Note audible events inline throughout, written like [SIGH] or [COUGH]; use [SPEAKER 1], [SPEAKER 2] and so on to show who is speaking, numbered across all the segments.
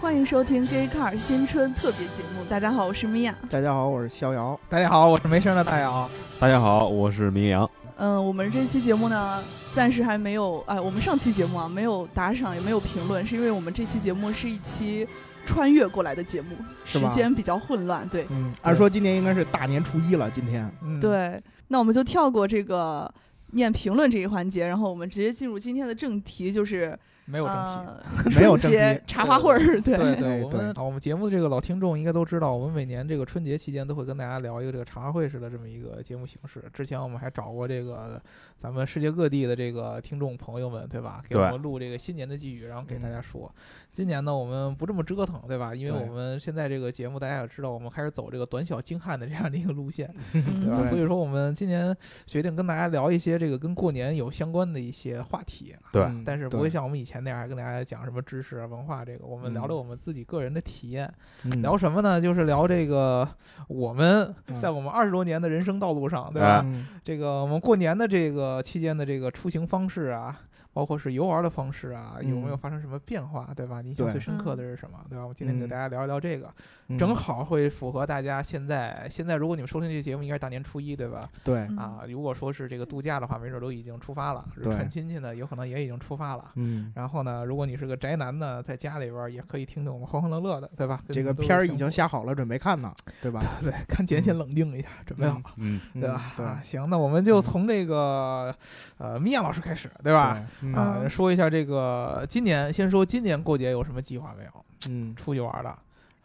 [SPEAKER 1] 欢迎收听《Gay Car 新春特别节目》。大家好，我是米娅。
[SPEAKER 2] 大家好，我是逍遥。大家好，我是没声的大姚。
[SPEAKER 3] 大家好，我是明阳。
[SPEAKER 1] 嗯，我们这期节目呢，暂时还没有，哎，我们上期节目啊，没有打赏，也没有评论，是因为我们这期节目是一期穿越过来的节目，
[SPEAKER 2] 是
[SPEAKER 1] 时
[SPEAKER 2] 吧
[SPEAKER 1] 间比较混乱。对、
[SPEAKER 2] 嗯，按说今年应该是大年初一了，今天。嗯，
[SPEAKER 1] 对，那我们就跳过这个念评论这一环节，然后我们直接进入今天的正题，就是
[SPEAKER 4] 没有正题。 [LAUGHS]
[SPEAKER 1] 呃，
[SPEAKER 2] 没有
[SPEAKER 1] 春
[SPEAKER 2] 正
[SPEAKER 1] 节
[SPEAKER 2] 题。
[SPEAKER 1] 茶话会儿，对
[SPEAKER 4] 对
[SPEAKER 2] 对
[SPEAKER 4] 我
[SPEAKER 2] 对
[SPEAKER 4] 们我们节目这个老听众应该都知道，我们每年这个春节期间都会跟大家聊一个这个茶话会式的这么一个节目形式。之前我们还找过这个咱们世界各地的这个听众朋友们，对吧？给
[SPEAKER 3] 对
[SPEAKER 4] 我们录这个新年的寄语，然后给大家说，今年呢我们不这么折腾，对吧？因为
[SPEAKER 2] 对
[SPEAKER 4] 我们现在这个节目大家也知道，我们开始走这个短小精悍的这样的一个路线，对吧？
[SPEAKER 1] 嗯
[SPEAKER 2] 对
[SPEAKER 4] 所以说我们今年决定跟大家聊一些这个跟过年有相关的一些话题。
[SPEAKER 3] 对
[SPEAKER 2] 嗯
[SPEAKER 4] 但是不会像我们以前那样还跟大家讲什么知识啊、文化这个，我们聊
[SPEAKER 2] 嗯
[SPEAKER 4] 聊我们自己个人的体验。
[SPEAKER 2] 嗯
[SPEAKER 4] 聊什么呢？就是聊这个我们
[SPEAKER 2] 嗯
[SPEAKER 4] 在我们二十多年的人生道路上，对
[SPEAKER 3] 哎
[SPEAKER 4] 吧？
[SPEAKER 2] 嗯
[SPEAKER 4] 这个我们过年的这个期间的这个出行方式啊，包括是游玩的方式啊，有没有
[SPEAKER 2] 嗯
[SPEAKER 4] 发生什么变化，对吧？你印象
[SPEAKER 2] 对
[SPEAKER 4] 最深刻的
[SPEAKER 1] 嗯
[SPEAKER 4] 是什么，对吧？我今天给
[SPEAKER 2] 嗯
[SPEAKER 4] 大家聊一聊这个，
[SPEAKER 2] 嗯
[SPEAKER 4] 正好会符合大家现在现在如果你们收听这节目，应该是大年初一，对吧？
[SPEAKER 2] 对，
[SPEAKER 1] 嗯
[SPEAKER 4] 啊，，如果说是这个度假的话，没准都已经出发了；是
[SPEAKER 2] 对
[SPEAKER 4] 串亲戚呢，有可能也已经出发了。
[SPEAKER 2] 嗯，
[SPEAKER 4] 然后呢，如果你是个宅男呢，在家里边儿也可以听听我们欢欢乐乐的，对吧？跟
[SPEAKER 2] 这个
[SPEAKER 4] 都有
[SPEAKER 2] 片儿
[SPEAKER 4] 相
[SPEAKER 2] 已经
[SPEAKER 4] 互
[SPEAKER 2] 下好了，准备看呢，对吧？
[SPEAKER 4] 对，看前先冷静一下，准备好
[SPEAKER 2] 嗯
[SPEAKER 4] 了，
[SPEAKER 3] 嗯，
[SPEAKER 2] 嗯
[SPEAKER 4] [LAUGHS] 对吧？ [LAUGHS]
[SPEAKER 2] 对
[SPEAKER 4] 啊，行，那我们就
[SPEAKER 2] 嗯
[SPEAKER 4] 从这个呃米娅老师开始，对吧？
[SPEAKER 2] 对嗯
[SPEAKER 4] 啊，
[SPEAKER 1] 嗯
[SPEAKER 4] 说一下这个今年，先说今年过节有什么计划没有？
[SPEAKER 2] 嗯
[SPEAKER 4] 出去玩的，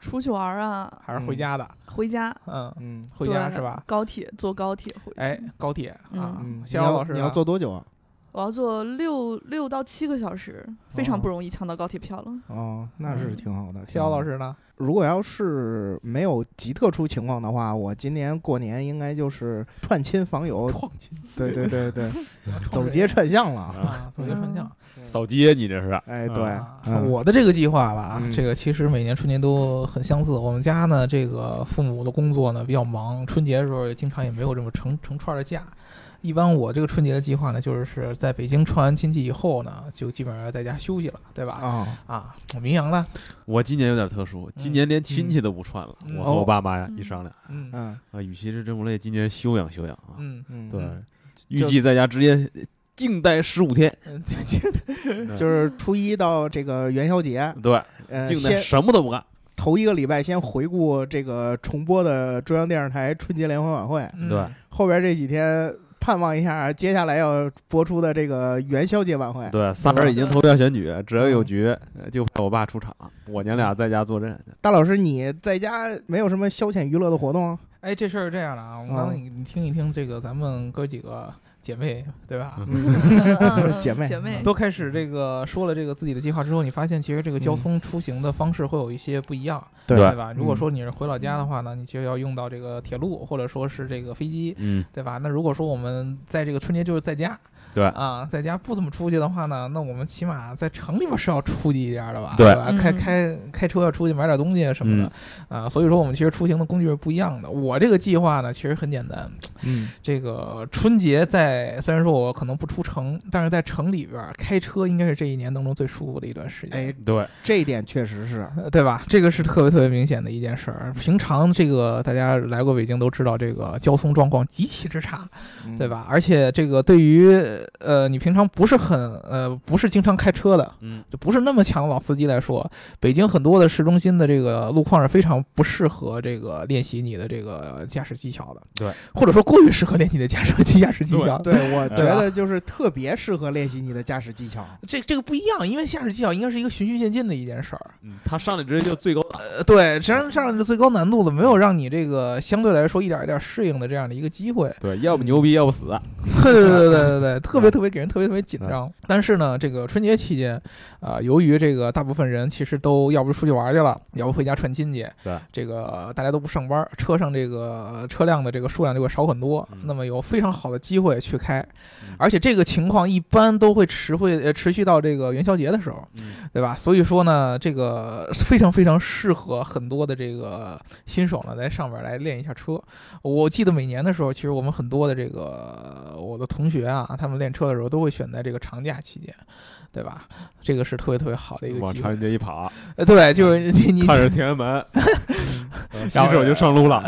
[SPEAKER 1] 出去玩儿啊，
[SPEAKER 4] 还是回
[SPEAKER 2] 嗯
[SPEAKER 4] 家的？
[SPEAKER 1] 回家，
[SPEAKER 4] 嗯，
[SPEAKER 2] 嗯
[SPEAKER 4] 回家
[SPEAKER 1] 对
[SPEAKER 4] 是吧？
[SPEAKER 1] 高铁坐高铁回去。
[SPEAKER 4] 哎，高铁啊嗯
[SPEAKER 2] 嗯，，你
[SPEAKER 4] 逍遥
[SPEAKER 2] 要
[SPEAKER 4] 老师
[SPEAKER 2] 你要
[SPEAKER 4] 呢
[SPEAKER 2] 做多久啊？
[SPEAKER 1] 我要坐六六到七个小时，非
[SPEAKER 4] 哦
[SPEAKER 1] 常不容易抢到高铁票
[SPEAKER 4] [LAUGHS]
[SPEAKER 1] 了。
[SPEAKER 2] 哦，那是挺好的。
[SPEAKER 4] 嗯逍遥老
[SPEAKER 2] 挺好的，
[SPEAKER 4] 师呢？
[SPEAKER 2] 如果要是没有极特殊情况的话，我今年过年应该就是串亲访友，
[SPEAKER 4] [LAUGHS] 创新，
[SPEAKER 2] 对对对对，
[SPEAKER 4] [LAUGHS] 创
[SPEAKER 2] 走
[SPEAKER 4] 人
[SPEAKER 2] 街串巷了。
[SPEAKER 4] 啊，走街串
[SPEAKER 1] 嗯
[SPEAKER 4] 巷。
[SPEAKER 3] 扫街，你这是？
[SPEAKER 2] 哎，对
[SPEAKER 4] 啊，
[SPEAKER 2] 嗯
[SPEAKER 4] 我的这个计划吧，啊
[SPEAKER 2] 嗯
[SPEAKER 4] 这个其实每年春节都很相似。我们家呢，这个父母的工作呢比较忙，春节的时候经常也没有这么成成串儿的假。一般我这个春节的计划呢，就是是在北京串完亲戚以后呢，就基本上在家休息了，对吧？
[SPEAKER 2] 啊。
[SPEAKER 4] 啊，明阳呢？
[SPEAKER 3] 我今年有点特殊，今年连亲戚都不串了。
[SPEAKER 4] 嗯
[SPEAKER 3] 我和我
[SPEAKER 2] 哦
[SPEAKER 3] 爸妈呀
[SPEAKER 1] 嗯
[SPEAKER 3] 一商量
[SPEAKER 4] 嗯
[SPEAKER 2] 嗯
[SPEAKER 3] 啊，与其是这么累，今年休养休养啊。
[SPEAKER 4] 嗯 [LAUGHS]
[SPEAKER 2] 嗯，
[SPEAKER 3] 对
[SPEAKER 4] 嗯，
[SPEAKER 3] 预计在家直接静待十五天。
[SPEAKER 4] 嗯，对对对
[SPEAKER 2] 就是初一到这个元宵
[SPEAKER 3] [LAUGHS]
[SPEAKER 2] 节，
[SPEAKER 3] 对，
[SPEAKER 2] 呃，
[SPEAKER 3] 静待
[SPEAKER 2] 先
[SPEAKER 3] 什么都不干。
[SPEAKER 2] 头一个礼拜先回顾这个重播的中央电视台春节联欢晚会，
[SPEAKER 4] 嗯
[SPEAKER 3] 对
[SPEAKER 2] 后边这几天盼望一下接下来要播出的这个元宵节晚会。
[SPEAKER 3] 对，仨人已经投票选举，只要有局呃就派我爸出场，我娘俩在家坐镇。
[SPEAKER 2] 大老师，你在家没有什么消遣娱乐的活动啊？
[SPEAKER 4] 哎，这事儿是这样的啊，我们
[SPEAKER 2] 嗯
[SPEAKER 4] 刚才你你听一听这个咱们哥几个姐妹，对吧？
[SPEAKER 3] 嗯
[SPEAKER 1] 嗯嗯嗯
[SPEAKER 2] 姐妹
[SPEAKER 1] 姐妹，
[SPEAKER 4] 都开始这个说了这个自己的计划之后，你发现其实这个交
[SPEAKER 2] 嗯
[SPEAKER 4] 通出行的方式会有一些不一样，
[SPEAKER 2] 对
[SPEAKER 4] 对吧？如果说你是回老家的话呢，你就要用到这个铁路或者说是这个飞机，
[SPEAKER 3] 嗯，
[SPEAKER 4] 对吧？那如果说我们在这个春节就是在家
[SPEAKER 3] 对，
[SPEAKER 4] 啊，在家不怎么出去的话呢，那我们起码在城里边是要出去一点的吧？
[SPEAKER 3] 对
[SPEAKER 4] 吧？开
[SPEAKER 1] 嗯
[SPEAKER 4] 开开车要出去买点东西什么的、啊，所以说我们其实出行的工具是不一样的。我这个计划呢，其实很简单，
[SPEAKER 2] 嗯，
[SPEAKER 4] 这个春节在虽然说我可能不出城，但是在城里边儿开车应该是这一年当中最舒服的一段时间。
[SPEAKER 2] 哎，
[SPEAKER 3] 对，
[SPEAKER 2] 这一点确实是，
[SPEAKER 4] 呃对吧？这个是特别特别明显的一件事儿。平常这个大家来过北京都知道，这个交通状况极其之差，
[SPEAKER 2] 嗯
[SPEAKER 4] 对？吧？而且这个对于呃你平常不是很呃不是经常开车的，
[SPEAKER 3] 嗯，
[SPEAKER 4] 就不是那么强的老司机来说，北京很多的市中心的这个路况是非常不适合这个练习你的这个驾驶技巧的，
[SPEAKER 3] 对，
[SPEAKER 4] 或者说过于适合练习你的驾驶 [LAUGHS] 技驾驶技
[SPEAKER 3] 对
[SPEAKER 4] 巧，
[SPEAKER 2] 对，
[SPEAKER 4] [LAUGHS]
[SPEAKER 2] 我觉
[SPEAKER 3] 对吧
[SPEAKER 2] 得就是特别适合练习你的驾驶技巧。
[SPEAKER 4] 这这个不一样，因为驾驶技巧应该是一个循序渐进的一件事儿。
[SPEAKER 3] 嗯他上来直接就最高档。
[SPEAKER 4] 呃，对，实际上上是最高难度了，没有让你这个相对来说一点一点适应的这样的一个机会。 [LAUGHS]
[SPEAKER 3] 对，要不牛逼，要不死。
[SPEAKER 4] 对对对对对对，
[SPEAKER 3] 嗯
[SPEAKER 4] 特别特别给人特别特别紧张。但是呢，这个春节期间，啊、由于这个大部分人其实都要不出去玩去了，要不回家串亲戚，
[SPEAKER 3] 对，
[SPEAKER 4] 这个呃大家都不上班，车上这个呃车辆的这个数量就会少很多，
[SPEAKER 3] 嗯
[SPEAKER 4] 那么有非常好的机会去开
[SPEAKER 3] 嗯，
[SPEAKER 4] 而且这个情况一般都会持会呃持续到这个元宵节的时候，
[SPEAKER 3] 嗯，
[SPEAKER 4] 对吧？所以说呢，这个 [LAUGHS] 非常非常适合很多的这个新手呢，在上面来练一下车。我记得每年的时候，其实我们很多的这个呃我的同学啊，他们练车的时候都会选在这个长假期间，对吧？这个是特别特别好的一个
[SPEAKER 3] 往
[SPEAKER 4] 机
[SPEAKER 3] 长
[SPEAKER 4] 会
[SPEAKER 3] 安。街一爬，
[SPEAKER 4] 呃，对，就是你你
[SPEAKER 3] [LAUGHS] 看着天安门，呃洗手就上路了。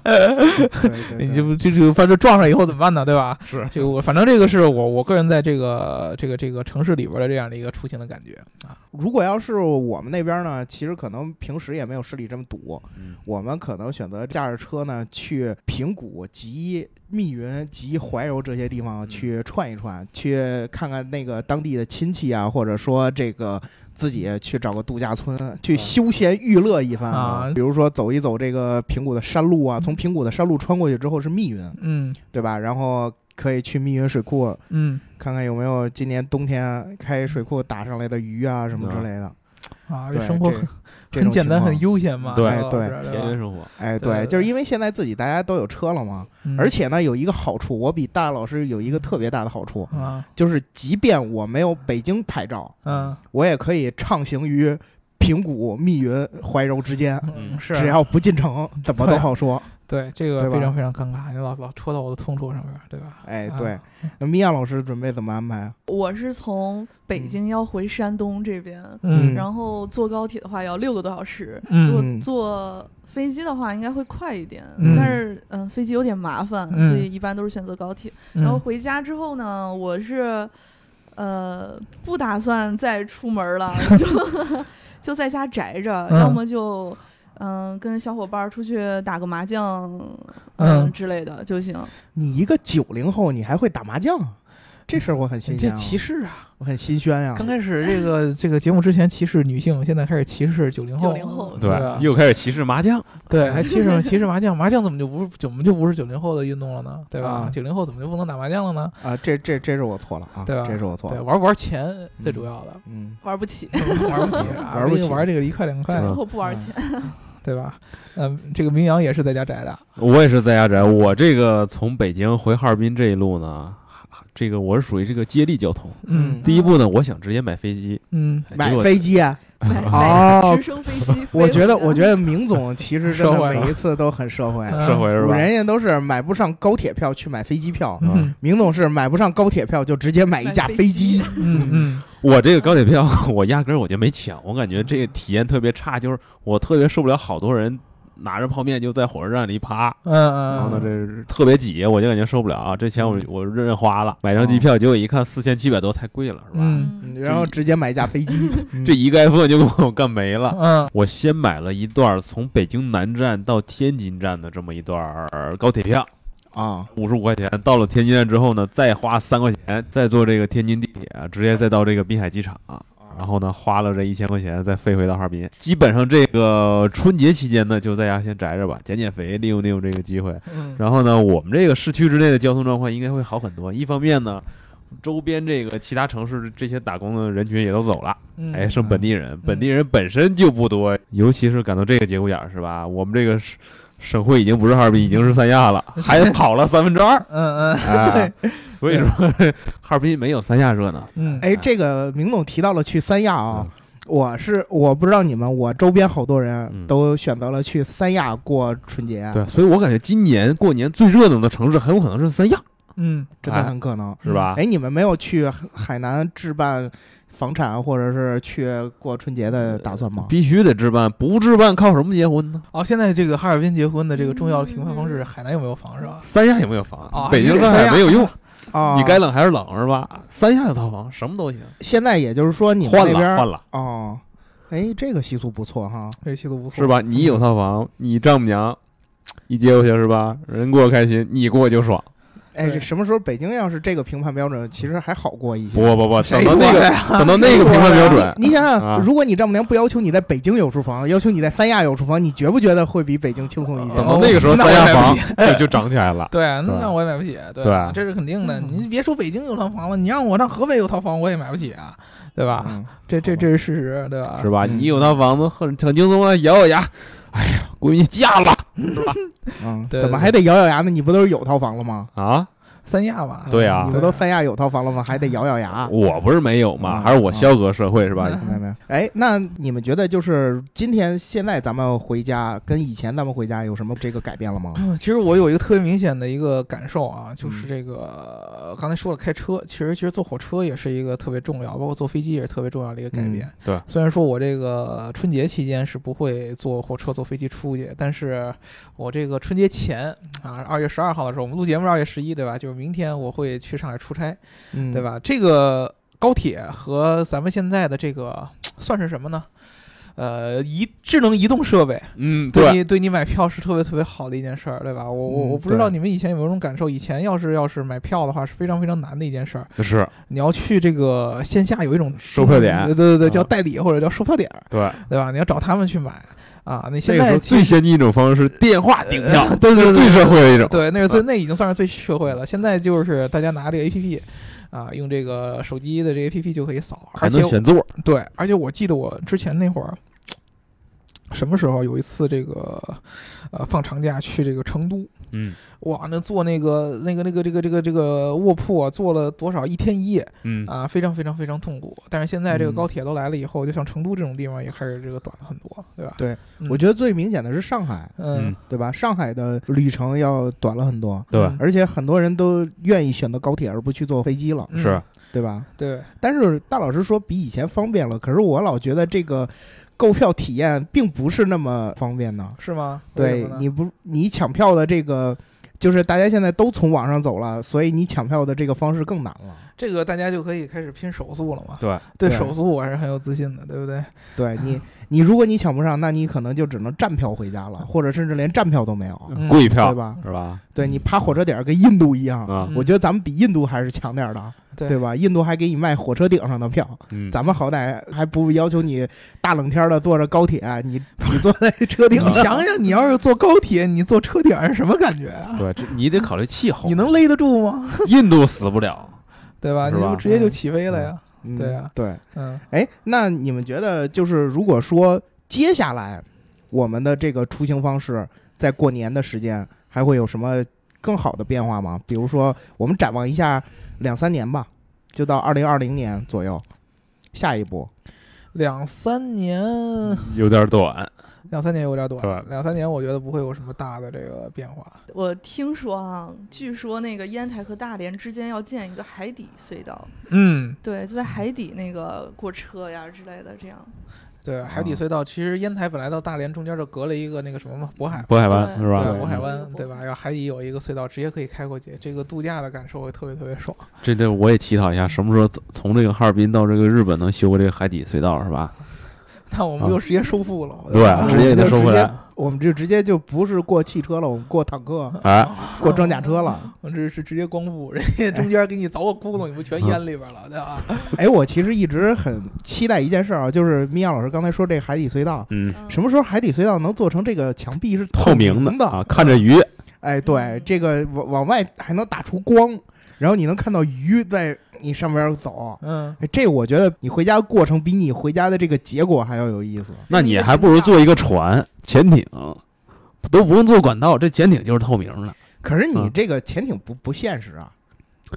[SPEAKER 2] 对对对
[SPEAKER 4] 哦 [LAUGHS] 你就就就反正撞上以后怎么办呢？对吧？
[SPEAKER 3] 是
[SPEAKER 4] 这个我反正这个是我我个人在这个这个这个城市里边的这样的一个出行的感觉啊。
[SPEAKER 2] 如果要是我们那边呢，其实可能平时也没有市里这么堵，
[SPEAKER 3] 嗯
[SPEAKER 2] 我们可能选择驾着车呢去平谷、及密云、及怀柔这些地方
[SPEAKER 4] 嗯
[SPEAKER 2] 去串一串，去看看那个当地的亲戚啊，或者说这个自己去找个度假村去休闲娱乐一番
[SPEAKER 4] 嗯啊
[SPEAKER 2] 比如说走一走这个平谷的山路啊，
[SPEAKER 4] 嗯
[SPEAKER 2] 从平谷的山路穿过去之后是密云，
[SPEAKER 4] 嗯
[SPEAKER 2] 对吧？然后可以去密云水库
[SPEAKER 4] 嗯
[SPEAKER 2] 看看有没有今年冬天开水库打上来的鱼啊什么之类的。
[SPEAKER 4] 啊，
[SPEAKER 2] 对，
[SPEAKER 4] 生活
[SPEAKER 2] 这
[SPEAKER 4] 很
[SPEAKER 2] 这
[SPEAKER 4] 很
[SPEAKER 2] 种
[SPEAKER 4] 简单，
[SPEAKER 2] 情况
[SPEAKER 4] 很悠闲嘛。
[SPEAKER 3] 对
[SPEAKER 4] 是吧
[SPEAKER 2] 对
[SPEAKER 4] 是吧
[SPEAKER 3] 田园生活，
[SPEAKER 2] 哎，
[SPEAKER 4] 对
[SPEAKER 2] 对，
[SPEAKER 4] 对
[SPEAKER 2] 就是因为现在自己大家都有车了嘛，
[SPEAKER 4] 嗯
[SPEAKER 2] 而且呢，有一个好处，我比大老师有一个特别大的好处，
[SPEAKER 4] 啊
[SPEAKER 2] 就是即便我没有北京牌照，
[SPEAKER 4] 嗯
[SPEAKER 2] 我也可以畅行于平谷、密云、怀柔之间，
[SPEAKER 4] 嗯是
[SPEAKER 2] 只要不进城，怎么都好说。
[SPEAKER 4] 对这个
[SPEAKER 2] 对吧
[SPEAKER 4] 非常非常尴尬，你老老戳到我的痛处上面，对吧？
[SPEAKER 2] 哎，
[SPEAKER 4] 啊
[SPEAKER 2] 对，，那米娅老师准备怎么安排啊？
[SPEAKER 1] 我是从北京要回山东这边，
[SPEAKER 4] 嗯
[SPEAKER 1] 然后坐高铁的话要六个多小时，如果
[SPEAKER 4] 嗯
[SPEAKER 2] 嗯
[SPEAKER 1] 坐飞机的话应该会快一点，
[SPEAKER 4] 嗯
[SPEAKER 1] 但是嗯，飞机有点麻烦，
[SPEAKER 4] 嗯
[SPEAKER 1] 所以一般都是选择高铁。
[SPEAKER 4] 嗯，
[SPEAKER 1] 然后回家之后呢，我是呃不打算再出门了，
[SPEAKER 2] [LAUGHS]
[SPEAKER 1] 就就在家宅着，
[SPEAKER 4] 嗯
[SPEAKER 1] 要么就嗯、跟小伙伴儿出去打个麻将，
[SPEAKER 4] 嗯
[SPEAKER 1] 之类的就行。
[SPEAKER 2] 你一个九零后，你还会打麻将啊？这事儿我很新
[SPEAKER 4] 这
[SPEAKER 2] 鲜、啊，嗯
[SPEAKER 4] 歧视啊！
[SPEAKER 2] 我很心酸呀、
[SPEAKER 4] 刚开始这个这个节目之前歧视女性，现在开始歧视九零后，
[SPEAKER 1] 90后
[SPEAKER 4] 对啊
[SPEAKER 3] 对，又开始歧视麻将，
[SPEAKER 4] 对，还歧视歧视麻将，麻将怎么就不是怎么就不是九零后的运动了呢？对吧
[SPEAKER 2] 啊？
[SPEAKER 4] 九零后怎么就不能打麻将了呢？
[SPEAKER 2] 啊，这这这是我错了啊，
[SPEAKER 4] 对吧
[SPEAKER 2] 这是我错
[SPEAKER 4] 对，
[SPEAKER 2] 了，
[SPEAKER 4] 玩不玩钱最主要
[SPEAKER 2] [LAUGHS]
[SPEAKER 4] 的，
[SPEAKER 2] 嗯，
[SPEAKER 1] 玩不起，
[SPEAKER 4] 玩不起啊，
[SPEAKER 2] 玩不起
[SPEAKER 4] 毕竟玩这个一块两块
[SPEAKER 1] 然
[SPEAKER 3] 嗯，
[SPEAKER 1] 后不玩钱。
[SPEAKER 4] 对吧？嗯，这个明阳也是在家宅着，
[SPEAKER 3] [LAUGHS] 我也是在家宅。我这个从北京回哈尔滨这一路呢，哈这个我是属于这个接力交通。
[SPEAKER 4] 嗯
[SPEAKER 3] 第一步呢，我想直接买飞机，
[SPEAKER 4] 嗯，
[SPEAKER 3] 哎
[SPEAKER 2] 买
[SPEAKER 3] 结果
[SPEAKER 2] 飞机啊。
[SPEAKER 1] 买
[SPEAKER 2] 哦。
[SPEAKER 1] 买直升飞机
[SPEAKER 2] 我觉得，我觉
[SPEAKER 1] 得，
[SPEAKER 2] 得明总其实
[SPEAKER 3] [LAUGHS]
[SPEAKER 2] 真
[SPEAKER 4] 社
[SPEAKER 2] 的
[SPEAKER 4] 会
[SPEAKER 2] 每一次都很社会，
[SPEAKER 4] 嗯
[SPEAKER 3] 哎社会 [LAUGHS] 是吧？
[SPEAKER 2] 人家都是买不上高铁票去买飞机票，
[SPEAKER 4] 嗯
[SPEAKER 2] 明总是买不上高铁票就直接买一架飞机。
[SPEAKER 4] 嗯嗯
[SPEAKER 3] 我这个高铁票， [LAUGHS] 我压根儿我就没抢，我感觉这个体验特别差，就是我特别受不了好多人拿着泡面就在火车站里趴，
[SPEAKER 4] 嗯嗯，
[SPEAKER 3] 然后呢，
[SPEAKER 4] 嗯
[SPEAKER 3] 这是特别挤，我就感觉受不了啊！这钱我我认认花了，买张机票，结果一看四千七百多，太贵了，是吧？
[SPEAKER 4] 嗯
[SPEAKER 1] 嗯，
[SPEAKER 2] 然后直接买一架飞
[SPEAKER 3] [LAUGHS]
[SPEAKER 2] 机，嗯
[SPEAKER 3] 这一个 iPhone 就给我干没了。
[SPEAKER 4] 嗯
[SPEAKER 3] 我先买了一段从北京南站到天津站的这么一段儿高铁票，
[SPEAKER 2] 啊，
[SPEAKER 3] 五十五块钱。到了天津站之后呢，再花三块钱，再坐这个天津地铁，直接再到这个滨海机场。然后呢，花了这一千块钱，再飞回到哈尔滨。基本上这个春节期间呢，就在家先宅着吧，减减肥，利用利用这个机会。
[SPEAKER 4] 嗯，
[SPEAKER 3] 然后呢，我们这个市区之内的交通状况应该会好很多。一方面呢，周边这个其他城市这些打工的人群也都走了，
[SPEAKER 4] 嗯
[SPEAKER 3] 哎，剩本地人，本
[SPEAKER 2] 嗯
[SPEAKER 3] 地人本身就不多，尤其是赶到这个节骨眼儿，是吧？我们这个省省会已经不是哈尔滨，已经是三
[SPEAKER 2] [LAUGHS]
[SPEAKER 3] 亚了，还跑了三分之二。
[SPEAKER 4] 嗯嗯
[SPEAKER 3] 哎，所以说哈尔滨没有三亚热闹。
[SPEAKER 4] 嗯，
[SPEAKER 2] 哎，这个明总提到了去三亚啊，我是我不知道你们，我周边好多人
[SPEAKER 3] 嗯
[SPEAKER 2] 都选择了去三亚过春节，
[SPEAKER 3] 对，所以我感觉今年过年最热闹的城市很有可能是三亚，
[SPEAKER 4] 嗯
[SPEAKER 2] 真的很可能。
[SPEAKER 3] 是吧？
[SPEAKER 2] 哎，你们没有去海南置办房产或者是去过春节的打算吗？
[SPEAKER 3] 必须得置办，不置办靠什么结婚呢？
[SPEAKER 4] 哦，现在这个哈尔滨结婚的这个重要评判方式，海南有没有房是吧？
[SPEAKER 3] 三亚也没有房，
[SPEAKER 4] 啊
[SPEAKER 3] 北京、
[SPEAKER 2] 哦你得
[SPEAKER 3] 上
[SPEAKER 2] 三
[SPEAKER 3] 海
[SPEAKER 2] 亚
[SPEAKER 3] 没有用。
[SPEAKER 2] 啊，
[SPEAKER 3] 你该冷还是冷是吧？三亚有套房，什么都行。
[SPEAKER 2] 现在也就是说你们
[SPEAKER 3] 换
[SPEAKER 2] 那边
[SPEAKER 3] 了换了
[SPEAKER 2] 哦，哎，这个习俗不错哈。
[SPEAKER 4] 这习俗不错，
[SPEAKER 3] 是？吧？你有套房，你丈母娘一接过去是吧？人过开心，你过就爽。
[SPEAKER 2] 哎，
[SPEAKER 4] 对
[SPEAKER 2] 这什么时候北京要是这个评判标准，其实还好过一些。
[SPEAKER 3] 不不不，
[SPEAKER 2] 谁
[SPEAKER 3] 等到那
[SPEAKER 2] 过
[SPEAKER 3] 个等到那个评判标准，
[SPEAKER 2] 你想想，
[SPEAKER 3] 啊
[SPEAKER 2] 如果你丈母娘不要求你在北京有住房，要求你在三亚有住房，你觉不觉得会比北京轻松一些？
[SPEAKER 3] 等到那个时候，三亚
[SPEAKER 4] 哦那我
[SPEAKER 3] 房就就涨起来
[SPEAKER 4] [LAUGHS]
[SPEAKER 3] 了。
[SPEAKER 4] 对，那
[SPEAKER 3] 对
[SPEAKER 4] 那我也买不起，对
[SPEAKER 3] 对啊
[SPEAKER 4] 这是肯定的。你别说北京有套房了，你让我上河北有套房，我也买不起啊，对吧？
[SPEAKER 2] 嗯
[SPEAKER 4] 这这
[SPEAKER 2] 好吧
[SPEAKER 4] 这是事实，对吧？
[SPEAKER 3] 是吧？
[SPEAKER 2] 嗯
[SPEAKER 3] 你有套房子很很轻松啊，咬咬牙，哎呀，闺女嫁了
[SPEAKER 2] 嗯，
[SPEAKER 4] 对
[SPEAKER 2] 怎么
[SPEAKER 4] 对
[SPEAKER 2] 还得咬咬牙呢？你不都是有套房了吗？
[SPEAKER 3] 啊！
[SPEAKER 4] 三亚吧？
[SPEAKER 3] 对啊
[SPEAKER 2] 你们都三亚有套房了吗？还得咬咬牙。
[SPEAKER 3] 我不是没有嘛，
[SPEAKER 4] 啊
[SPEAKER 2] 嗯
[SPEAKER 3] 还是我消隔社会是吧？
[SPEAKER 4] 嗯
[SPEAKER 2] 明白没有？哎，那你们觉得就是今天现在咱们回家跟以前咱们回家有什么这个改变了吗？
[SPEAKER 4] 嗯，其实我有一个特别明显的一个感受啊，就是这个、刚才说了开车，其实其实坐火车也是一个特别重要，包括坐飞机也是特别重要的一个改变。
[SPEAKER 3] 对
[SPEAKER 4] 虽然说我这个春节期间是不会坐火车、坐飞机出去，但是我这个春节前啊，二月十二号的时候，我们录节目是二月十一，对吧？就是明天我会去上海出差，
[SPEAKER 2] 嗯，
[SPEAKER 4] 对？吧？这个高铁和咱们现在的这个算是什么呢？呃，移智能移动设备，
[SPEAKER 3] 嗯，
[SPEAKER 4] 对
[SPEAKER 3] 对，
[SPEAKER 4] 你对你买票是特别特别好的一件事儿，对吧？我
[SPEAKER 2] 嗯
[SPEAKER 4] 我我不知道
[SPEAKER 2] 对
[SPEAKER 4] 你们以前有没有这种感受，以前要是要是买票的话是非常非常难的一件事儿，
[SPEAKER 3] 是，
[SPEAKER 4] 你要去这个线下有一种
[SPEAKER 3] 售票点
[SPEAKER 4] 对对对，
[SPEAKER 3] 啊
[SPEAKER 4] 叫代理或者叫售票点儿，
[SPEAKER 3] 对。
[SPEAKER 4] 对吧？你要找他们去买啊，你现
[SPEAKER 3] 这个时
[SPEAKER 4] 在呃
[SPEAKER 3] 候最先进一种方式是电话订票，
[SPEAKER 4] 对对对
[SPEAKER 3] 最社会的一种。
[SPEAKER 4] 对，那是最那已经算是最社会了。现在就是大家拿这个 A P P。啊，用这个手机的这个 A P P 就可以扫，
[SPEAKER 3] 还
[SPEAKER 4] 而且
[SPEAKER 3] 能选座，
[SPEAKER 4] 对，而且我记得我之前那会儿，什么时候有一次这个，呃，放长假去这个成都，
[SPEAKER 3] 嗯
[SPEAKER 4] 哇，那坐那个那个那个这个这个这个卧铺啊，坐了多少一天一夜
[SPEAKER 3] 嗯，
[SPEAKER 4] 啊，非常非常非常痛苦。但是现在这个
[SPEAKER 2] 嗯
[SPEAKER 4] 高铁都来了以后，就像成都这种地方也开始这个短了很多，对吧？
[SPEAKER 2] 对
[SPEAKER 4] 嗯，
[SPEAKER 2] 我觉得最明显的是上海，
[SPEAKER 4] 嗯
[SPEAKER 3] 嗯，
[SPEAKER 2] 对吧？上海的旅程要短了很多，
[SPEAKER 3] 对
[SPEAKER 4] 嗯
[SPEAKER 2] 而且很多人都愿意选择高铁而不去坐飞机了，
[SPEAKER 4] 嗯
[SPEAKER 3] 是，
[SPEAKER 2] 对吧？
[SPEAKER 4] 对，
[SPEAKER 2] 但是大老师说比以前方便了，可是我老觉得这个购票体验并不是那么方便呢。
[SPEAKER 4] 是吗？为
[SPEAKER 2] 对
[SPEAKER 4] 什么，呢
[SPEAKER 2] 你不你抢票的这个，就是大家现在都从网上走了，所以你抢票的这个方式更难了。
[SPEAKER 4] 这个大家就可以开始拼手速了嘛。
[SPEAKER 3] 对，
[SPEAKER 4] 对
[SPEAKER 2] 对
[SPEAKER 4] 手速我还是很有自信的，对不对？
[SPEAKER 2] 对
[SPEAKER 4] [LAUGHS]
[SPEAKER 2] 你，你如果你抢不上，那你可能就只能站票回家了，或者甚至连站票都没有，
[SPEAKER 4] 嗯
[SPEAKER 2] 对
[SPEAKER 3] 贵票
[SPEAKER 2] 吧？
[SPEAKER 3] 是吧？
[SPEAKER 2] 对你爬火车点儿跟印度一样，
[SPEAKER 4] 嗯
[SPEAKER 3] 啊，
[SPEAKER 2] 我觉得咱们比印度还是强点儿的，啊嗯
[SPEAKER 4] 对
[SPEAKER 2] 对吧？印度还给你卖火车顶上的票，
[SPEAKER 3] 嗯，
[SPEAKER 2] 咱们好歹还不要求你大冷天儿的坐着高铁， [LAUGHS] 你你坐在车
[SPEAKER 4] 你
[SPEAKER 2] 顶 [LAUGHS] 上，
[SPEAKER 4] 想想，你要是坐高铁，你坐车顶儿是什么感觉啊？
[SPEAKER 3] 对，这你得考虑气候。
[SPEAKER 4] 你能勒得住吗？
[SPEAKER 3] [LAUGHS] 印度死不了，
[SPEAKER 4] 对吧？
[SPEAKER 3] 是
[SPEAKER 4] 你
[SPEAKER 3] 吧
[SPEAKER 4] 就直接就起飞了呀。
[SPEAKER 2] 嗯
[SPEAKER 4] 对啊
[SPEAKER 2] 对。
[SPEAKER 4] 嗯，
[SPEAKER 2] 哎，那你们觉得就是如果说接下来我们的这个出行方式，在过年的时间还会有什么更好的变化吗？比如说，我们展望一下两三年吧，就到二零二零年左右，下一步。
[SPEAKER 4] 两三年，嗯
[SPEAKER 3] 有点短。
[SPEAKER 4] 两三年有点短
[SPEAKER 3] 对，
[SPEAKER 4] 两三年我觉得不会有什么大的这个变化。
[SPEAKER 1] 我听说啊，据说那个烟台和大连之间要建一个海底隧道，
[SPEAKER 4] 嗯，
[SPEAKER 1] 对，就在海底那个过车呀之类的，这样。
[SPEAKER 4] 对，海底隧道其实烟台本来到大连中间就隔了一个那个什么嘛，渤海。
[SPEAKER 3] 渤海湾
[SPEAKER 1] 对
[SPEAKER 3] 是
[SPEAKER 4] 对，
[SPEAKER 3] 吧？
[SPEAKER 2] 对
[SPEAKER 4] 渤海湾，对吧？然后海底有一个隧道，直接可以开过去，这个度假的感受会特别特别爽。 [LAUGHS]
[SPEAKER 3] 这这我也乞讨一下，什么时候从从这个哈尔滨到这个日本能修个这个海底隧道是吧？
[SPEAKER 4] 那我们
[SPEAKER 3] 啊
[SPEAKER 4] 就直接收复了，
[SPEAKER 3] 对，
[SPEAKER 4] 吧
[SPEAKER 3] 直接给它收回来。
[SPEAKER 2] 我们就直接就不是过汽车了，我们过坦克、
[SPEAKER 3] 哎，
[SPEAKER 2] 过装甲车了。
[SPEAKER 4] 我这是直接光复，人家中间给你凿个窟窿，你不全淹里边了，对吧？ [LAUGHS]
[SPEAKER 2] 哎，我其实一直很期待一件事儿啊，就是米娅老师刚才说这海底隧道，
[SPEAKER 3] 嗯，
[SPEAKER 1] 嗯
[SPEAKER 2] 什么时候海底隧道能做成这个墙壁是
[SPEAKER 3] 透
[SPEAKER 2] 明
[SPEAKER 3] 明的啊，看着鱼，
[SPEAKER 2] 哎，对，这个往往外还能打出光，然后你能看到鱼在你上面走。
[SPEAKER 4] 嗯，
[SPEAKER 2] 哎，这我觉得你回家过程比你回家的这个结果还要有意思。
[SPEAKER 3] 那你还不如坐一个船、潜艇，都不用坐管道，这潜艇就是透明的。
[SPEAKER 2] 可是你
[SPEAKER 3] 嗯
[SPEAKER 2] 这个潜艇不不现实啊，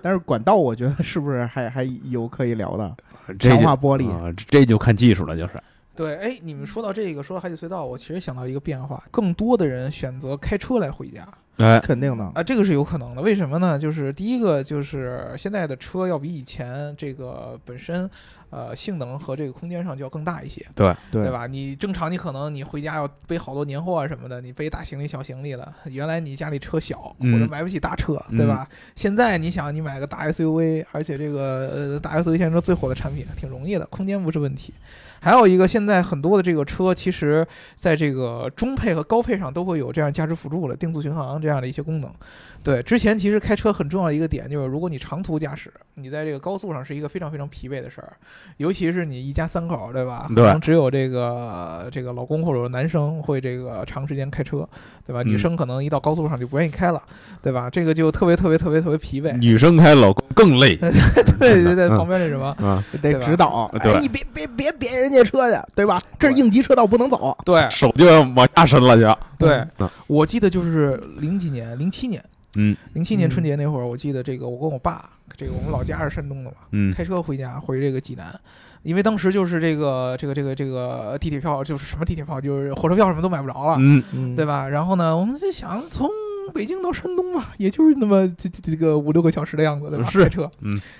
[SPEAKER 2] 但是管道我觉得是不是还还有可以聊的？
[SPEAKER 3] 这
[SPEAKER 2] 强
[SPEAKER 3] 就
[SPEAKER 2] 化玻璃，
[SPEAKER 3] 啊，这就看技术了，就是
[SPEAKER 4] 对，哎，你们说到这个，说到海底隧道，我其实想到一个变化，更多的人选择开车来回家
[SPEAKER 3] 哎，
[SPEAKER 2] 肯定的。
[SPEAKER 4] 啊，这个是有可能的。为什么呢？就是第一个，就是现在的车要比以前这个本身，呃，性能和这个空间上就要更大一些，对
[SPEAKER 2] 对？
[SPEAKER 4] 吧？你正常你可能你回家要背好多年货啊什么的，你背大行李小行李的，原来你家里车小或者
[SPEAKER 3] 嗯
[SPEAKER 4] 买不起大车，对吧？现在你想你买个大 SUV，而且这个呃大 SUV 现在是最火的产品，挺容易的，空间不是问题。还有一个，现在很多的这个车，其实在这个中配和高配上都会有这样价值辅助了，定速巡航这样的一些功能。对，之前其实开车很重要的一个点就是，如果你长途驾驶，你在这个高速上是一个非常非常疲惫的事儿，尤其是你一家三口，对吧？
[SPEAKER 3] 对
[SPEAKER 4] 可能只有这个这个老公或者男生会这个长时间开车，对吧？
[SPEAKER 3] 嗯
[SPEAKER 4] 女生可能一到高速上就不愿意开了，对吧？这个就特别特别特别特别疲惫。
[SPEAKER 3] 女生开老公更累
[SPEAKER 4] 对，就在
[SPEAKER 3] 嗯
[SPEAKER 4] 旁边那什么。
[SPEAKER 3] 啊，
[SPEAKER 2] 得
[SPEAKER 4] 对吧
[SPEAKER 2] 指导。
[SPEAKER 3] 对
[SPEAKER 2] 哎，你别别别别人家车去，对吧？这是应急车道，不能走。
[SPEAKER 4] 对
[SPEAKER 3] 手就要往下伸了就。
[SPEAKER 4] 对
[SPEAKER 3] 嗯，
[SPEAKER 4] 我记得就是零几年、零七年，
[SPEAKER 3] 嗯
[SPEAKER 4] 零七年
[SPEAKER 2] 嗯
[SPEAKER 4] 春节那会儿，我记得这个，我跟我爸，这个我们老家是山东的嘛，
[SPEAKER 3] 嗯
[SPEAKER 4] 开车回家，回这个济南，因为当时就是这个这个这个这个地铁票，就是什么地铁票，就是火车票什么都买不着了，
[SPEAKER 3] 嗯
[SPEAKER 2] 嗯
[SPEAKER 4] 对？吧？然后呢，我们就想从北京到山东嘛，也就是那么这这这个五六个小时的样子，对吧？
[SPEAKER 3] 是
[SPEAKER 4] 开车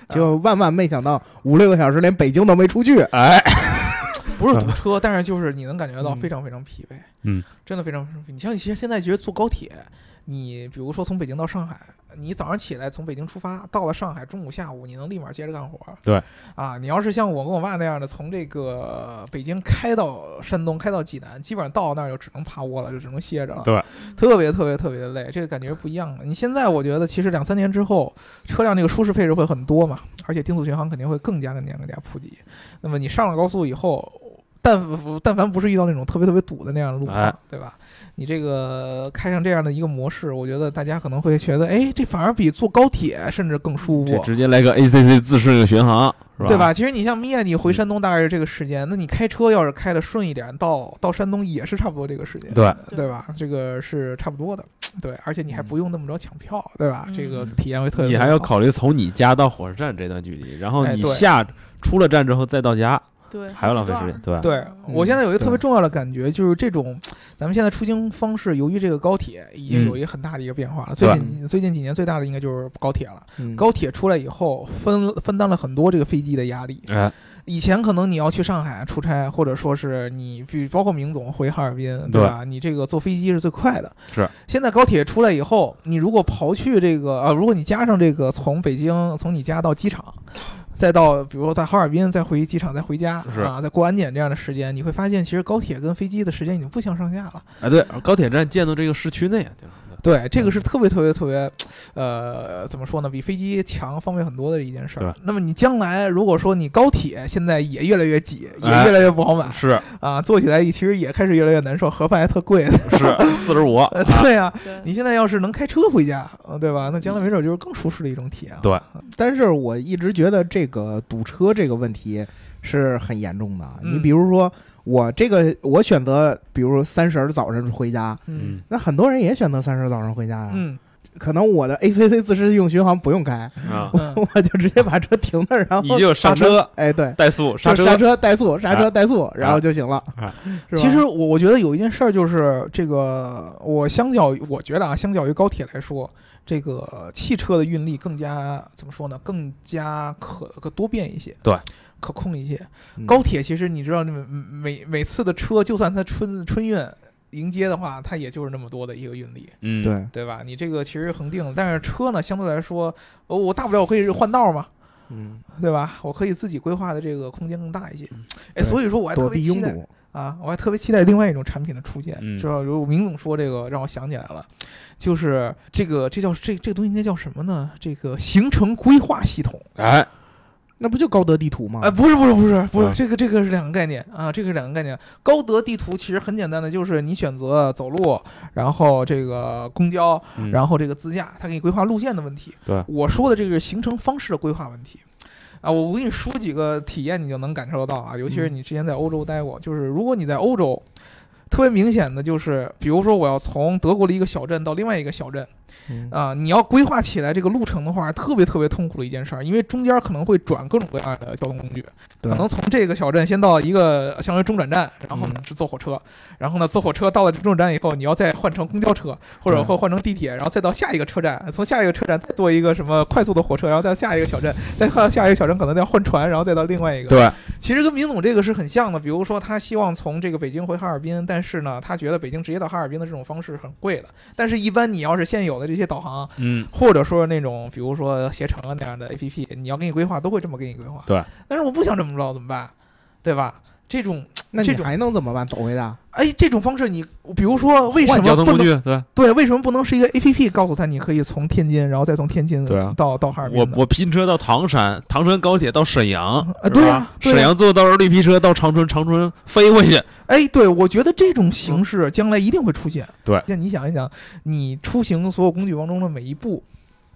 [SPEAKER 2] 就万万没想到，五六个小时连北京都没出去。
[SPEAKER 3] 哎，
[SPEAKER 4] 不是堵车，但是就是你能感觉到
[SPEAKER 2] 嗯
[SPEAKER 4] 非常非常疲惫，
[SPEAKER 3] 嗯，
[SPEAKER 4] 真的非常非常疲惫。你像现现在觉得坐高铁，你比如说从北京到上海，你早上起来从北京出发，到了上海中午下午你能立马接着干活，
[SPEAKER 3] 对，
[SPEAKER 4] 啊，你要是像我跟我爸那样的，从这个北京开到山东，开到济南，基本上到那儿就只能趴窝了，就只能歇着了，
[SPEAKER 3] 对，
[SPEAKER 4] 特别特别特别的累，这个感觉不一样了。你现在我觉得其实两三年之后，车辆这个舒适配置会很多嘛，而且定速巡航肯定会更加更加更加普及。那么你上了高速以后，但但凡不是遇到那种特别特别堵的那样的路况，
[SPEAKER 3] 哎
[SPEAKER 4] 对吧？你这个开上这样的一个模式，我觉得大家可能会觉得，哎，这反而比坐高铁甚至更舒
[SPEAKER 3] 这
[SPEAKER 4] 服，
[SPEAKER 3] 直接来个 ACC 自适应巡航，是吧？嗯
[SPEAKER 4] 对？吧？其实你像米娅，你回山东大概是这个时间，那你开车要是开的顺一点，到到山东也是差不多这个时间，
[SPEAKER 3] 对
[SPEAKER 4] 对吧？这个是差不多的，对，而且你还
[SPEAKER 2] 嗯
[SPEAKER 4] 不用那么着抢票，对吧？
[SPEAKER 1] 嗯
[SPEAKER 4] 这个体验会特别。
[SPEAKER 3] 你还要，考虑从你家到火车站这段距离，然后
[SPEAKER 4] 哎
[SPEAKER 3] 你
[SPEAKER 4] 对
[SPEAKER 3] 下出了站之后再到家，
[SPEAKER 1] 对，
[SPEAKER 3] 还要浪费
[SPEAKER 1] 好
[SPEAKER 3] 时
[SPEAKER 1] 几
[SPEAKER 3] 间，对吧？
[SPEAKER 4] 对
[SPEAKER 1] 嗯
[SPEAKER 4] 我现在有一个特别
[SPEAKER 2] 对
[SPEAKER 4] 重要的感觉，就是这种咱们现在出行方式，由于这个高铁已经
[SPEAKER 3] 嗯
[SPEAKER 4] 有一个很大的一个变化了。
[SPEAKER 3] 对
[SPEAKER 4] 最近最近几年最大的应该就是高铁了。
[SPEAKER 2] 嗯
[SPEAKER 4] 高铁出来以后，分分担了很多这个飞机的压力。
[SPEAKER 3] 哎，
[SPEAKER 4] 以前可能你要去上海出差，或者说是你比包括明总回哈尔滨，对吧？你这个坐飞机是最快的。
[SPEAKER 3] 是。
[SPEAKER 4] 现在高铁出来以后，你如果刨去这个啊，如果你加上这个从北京从你家到机场，再到比如说在哈尔滨，再回机场，再回家
[SPEAKER 3] 是
[SPEAKER 4] 啊，再过安检这样的时间，你会发现其实高铁跟飞机的时间已经不相上下了。
[SPEAKER 3] 啊，对，高铁站建到这个市区内，啊对吧？
[SPEAKER 4] 对，这个是特别特别特别，呃，怎么说呢？比飞机强方便很多的一件事
[SPEAKER 3] 对
[SPEAKER 4] 儿。那么你将来如果说你高铁现在也越来越挤，也
[SPEAKER 3] 哎
[SPEAKER 4] 越来越不好买、
[SPEAKER 3] 是
[SPEAKER 4] 啊，坐起来其实也开始越来越难受，盒饭还特贵。
[SPEAKER 3] 是四十五，
[SPEAKER 4] 呃 [LAUGHS] 对呀、
[SPEAKER 1] 段
[SPEAKER 4] 你现在要是能开车回家，呃对吧？那将来没准就是更舒适的一种体验了。
[SPEAKER 3] 对
[SPEAKER 2] 但是我一直觉得这个堵车这个问题是很严重的。
[SPEAKER 4] 嗯
[SPEAKER 2] 你比如说，我这个我选择，比如三十儿早晨回家，
[SPEAKER 4] 嗯
[SPEAKER 3] [LAUGHS] 嗯，
[SPEAKER 2] 那很多人也选择三十儿早晨回家呀、
[SPEAKER 4] 嗯
[SPEAKER 2] 可能我的 ACC 自适应巡航不用开，
[SPEAKER 3] 啊，
[SPEAKER 4] 嗯， [LAUGHS]
[SPEAKER 2] 我就直接把车停那儿，然后
[SPEAKER 3] 你就刹
[SPEAKER 2] 刹车。
[SPEAKER 3] 车
[SPEAKER 2] 哎，对，
[SPEAKER 3] 怠速刹
[SPEAKER 2] 就
[SPEAKER 3] 车，
[SPEAKER 2] 刹车怠速，刹车怠速，然
[SPEAKER 3] 啊
[SPEAKER 2] 后就行了
[SPEAKER 3] 啊。
[SPEAKER 2] 是吧
[SPEAKER 4] 其实我我觉得有一件事儿就是这个，我相较于我觉得啊，相较于高铁来说，这个汽车的运力更加怎么说呢？更加可可多变一些，
[SPEAKER 3] 对，
[SPEAKER 4] 可控一些。
[SPEAKER 2] 嗯
[SPEAKER 4] 高铁其实你知道，每每每次的车，就算它春春运迎接的话，它也就是那么多的一个运力。
[SPEAKER 3] 嗯，
[SPEAKER 2] 对，
[SPEAKER 4] 对吧？你这个其实恒定的，但是车呢，相对来说，呃我大不了我可以换道嘛，
[SPEAKER 2] 嗯，
[SPEAKER 4] 对吧？我可以自己规划的这个空间更大一些。哎，
[SPEAKER 2] 对
[SPEAKER 4] 所以说我还特
[SPEAKER 2] 躲
[SPEAKER 4] 别
[SPEAKER 2] 避
[SPEAKER 4] 期
[SPEAKER 2] 拥
[SPEAKER 4] 待
[SPEAKER 2] 堵。
[SPEAKER 4] 啊，我还特别期待另外一种产品的出现。
[SPEAKER 3] 嗯
[SPEAKER 4] 知道，如明总说这个，让我想起来了，就是这个这叫这这个东西应该叫什么呢？这个行程规划系统。
[SPEAKER 3] 哎，
[SPEAKER 2] 那不就高德地图吗？
[SPEAKER 4] 哎，不是不是不是不
[SPEAKER 2] 啊
[SPEAKER 4] 是，
[SPEAKER 3] 嗯
[SPEAKER 4] 这个这个是两个概念啊，这个是两个概念。高德地图其实很简单的，就是你选择走路，然后这个公交，
[SPEAKER 3] 嗯
[SPEAKER 4] 然后这个自驾，它给你规划路线的问题。
[SPEAKER 3] 对
[SPEAKER 4] 我说的这个行程方式的规划问题。啊，我我给你说几个体验，你就能感受得到啊。尤其是
[SPEAKER 2] 嗯
[SPEAKER 4] 你之前在欧洲待过，就是如果你在欧洲，特别明显的就是，比如说我要从德国的一个小镇到另外一个小镇
[SPEAKER 2] 嗯
[SPEAKER 4] 啊，你要规划起来这个路程的话，特别特别痛苦的一件事儿，因为中间可能会转各种各样的交通工具，
[SPEAKER 2] 对
[SPEAKER 4] 可能从这个小镇先到一个相当于中转站，然后呢
[SPEAKER 2] 嗯
[SPEAKER 4] 是坐火车，然后呢坐火车到了中转站以后，你要再换乘公交车，或者
[SPEAKER 2] 对
[SPEAKER 4] 或换成地铁，然后再到下一个车站，从下一个车站再坐一个什么快速的火车，然后到下一个小镇，再到下一个小镇可能要换船，然后再到另外一个。
[SPEAKER 3] 对，
[SPEAKER 4] 其实跟明总这个是很像的，比如说他希望从这个北京回哈尔滨，但是呢，他觉得北京直接到哈尔滨的这种方式很贵的，但是一般你要是现有的这些导航，
[SPEAKER 3] 嗯，
[SPEAKER 4] 或者说那种比如说携程啊那样的 APP，你要给你规划都会这么给你规划。
[SPEAKER 3] 对，
[SPEAKER 4] 但是我不想这么着怎么办？对吧？这种
[SPEAKER 2] 那
[SPEAKER 4] 这
[SPEAKER 2] 你
[SPEAKER 4] 种
[SPEAKER 2] 还能怎么办？走回啊家？
[SPEAKER 4] 哎，这种方式你比如说为什
[SPEAKER 3] 换交
[SPEAKER 4] 么
[SPEAKER 3] 通
[SPEAKER 4] 不
[SPEAKER 3] 工
[SPEAKER 4] 能
[SPEAKER 3] 具，对，
[SPEAKER 4] 对为什么不能是一个 APP 告诉他你可以从天津，然后再从天津
[SPEAKER 3] 对啊
[SPEAKER 4] 到到哈尔滨
[SPEAKER 3] 我
[SPEAKER 4] 呢？
[SPEAKER 3] 我拼车到唐山，唐山高铁到沈阳，
[SPEAKER 4] 啊
[SPEAKER 3] 是
[SPEAKER 4] 对
[SPEAKER 3] 吧
[SPEAKER 4] 啊对啊
[SPEAKER 3] 沈阳坐到时候绿皮车到长春，长春飞过去，
[SPEAKER 4] 哎，对，我觉得这种形式将来一定会出现。
[SPEAKER 3] 嗯对
[SPEAKER 4] 那你想一想，你出行所有工具当中的每一步，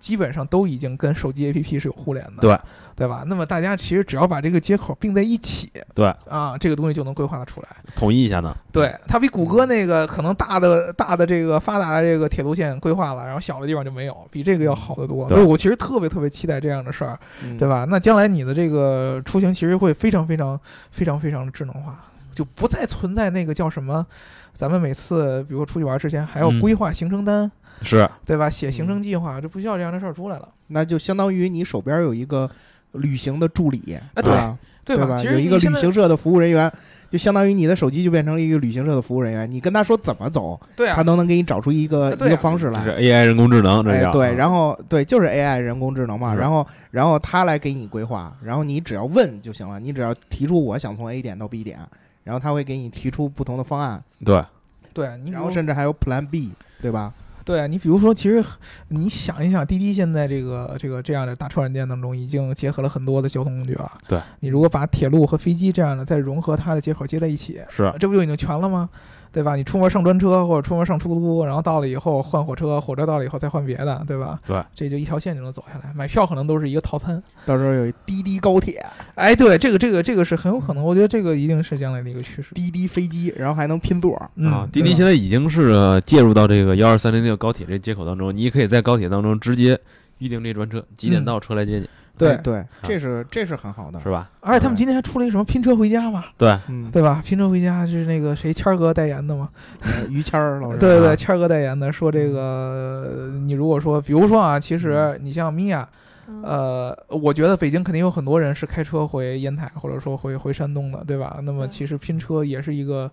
[SPEAKER 4] 基本上都已经跟手机 APP 是有互联的，
[SPEAKER 3] 对
[SPEAKER 4] 对吧？那么大家其实只要把这个接口并在一起，
[SPEAKER 3] 对嗯
[SPEAKER 4] 啊，这个东西就能规划得出来。
[SPEAKER 3] 统一一下呢？
[SPEAKER 4] 对，它比谷歌那个可能大的大的这个发达的这个铁路线规划了，然后小的地方就没有，比这个要好得多。
[SPEAKER 3] 嗯对
[SPEAKER 4] 我其实特别特别期待这样的事儿，
[SPEAKER 2] 嗯
[SPEAKER 4] 对？吧？那将来你的这个出行其实会非常非常非常非常的智能化，就不再存在那个叫什么，咱们每次比如说出去玩之前还要
[SPEAKER 3] 嗯
[SPEAKER 4] 规划行程单，
[SPEAKER 3] 是
[SPEAKER 4] 对吧？写
[SPEAKER 2] 嗯
[SPEAKER 4] 行程计划，就不需要这样的事儿出来了，
[SPEAKER 2] 那就相当于你手边有一个旅行的助理，
[SPEAKER 4] 啊
[SPEAKER 2] 对吧？
[SPEAKER 4] 对吧？
[SPEAKER 2] 吧？
[SPEAKER 4] 其
[SPEAKER 2] 有
[SPEAKER 4] 实
[SPEAKER 2] 一个
[SPEAKER 4] 你现
[SPEAKER 2] 旅
[SPEAKER 4] 在
[SPEAKER 2] 行社的服务人员，就相当于你的手机就变成了一个旅行社的服务人员，你跟他说怎么走，
[SPEAKER 4] 对
[SPEAKER 2] 他
[SPEAKER 4] 啊，
[SPEAKER 2] 都能给你找出一个
[SPEAKER 4] 啊
[SPEAKER 2] 一
[SPEAKER 4] 对啊
[SPEAKER 2] 个方式
[SPEAKER 3] 这是
[SPEAKER 2] 来。
[SPEAKER 3] AI 人工智能，这
[SPEAKER 2] 哎
[SPEAKER 3] 叫，嗯
[SPEAKER 2] 对，然
[SPEAKER 3] 后
[SPEAKER 2] 后对，就是 AI 人工智能嘛，
[SPEAKER 3] 是
[SPEAKER 2] 然后然后他来给你规划，然后你只要问就行了，你只要提出我想从 A 点到 B 点，然后他会给你提出不同的方案，
[SPEAKER 3] 对
[SPEAKER 4] 对啊你比
[SPEAKER 2] 然
[SPEAKER 3] 嗯
[SPEAKER 4] 如
[SPEAKER 2] 后甚至还有 Plan B，对吧？
[SPEAKER 4] 对啊你比如说，其实你想一想，滴滴现在这个这个这样的大车软件当中，已经结合了很多的交通工具了。
[SPEAKER 3] 对，
[SPEAKER 4] 你如果把铁路和飞机这样的再融合它的接口接在一起，
[SPEAKER 3] 是
[SPEAKER 4] 啊这不就已经全了吗？对吧？你出门上专车或者出门上出租，然后到了以后换火车，火车到了以后再换别的，对吧？
[SPEAKER 3] 对，
[SPEAKER 4] 这就一条线就能走下来。买票可能都是一个套餐。
[SPEAKER 2] 到时候有滴滴高铁、
[SPEAKER 4] 哎，对，这个这个这个是很有可能，我觉得这个一定是将来的一个趋势。
[SPEAKER 2] 滴滴飞机，然后还能拼座儿。
[SPEAKER 4] 嗯，
[SPEAKER 3] 啊，滴滴
[SPEAKER 4] 对吧
[SPEAKER 3] 现在已经是呃介入到这个幺二三零六高铁这接口当中，你也可以在高铁当中直接预定这专车几点
[SPEAKER 4] 嗯
[SPEAKER 3] 到，车来接你，
[SPEAKER 2] 哎
[SPEAKER 4] 对，
[SPEAKER 2] 对，这是这是很好的。
[SPEAKER 3] 嗯是吧？
[SPEAKER 4] 而且他们今天还出了一个什么拼车回家嘛，
[SPEAKER 3] 对，
[SPEAKER 2] 嗯，
[SPEAKER 4] 对吧？拼车回家是那个谁谦儿哥代言的嘛。
[SPEAKER 2] 呃于谦儿老
[SPEAKER 3] [LAUGHS]
[SPEAKER 2] 师，
[SPEAKER 4] 对对
[SPEAKER 3] 啊
[SPEAKER 4] 对，谦儿哥代言的，说这个你如果说，比如说啊，其实你像米娅，
[SPEAKER 1] 嗯，
[SPEAKER 4] 呃，我觉得北京肯定有很多人是开车回烟台，或者说回回山东的，对吧？那么
[SPEAKER 1] 对
[SPEAKER 4] 其实拼车也是一个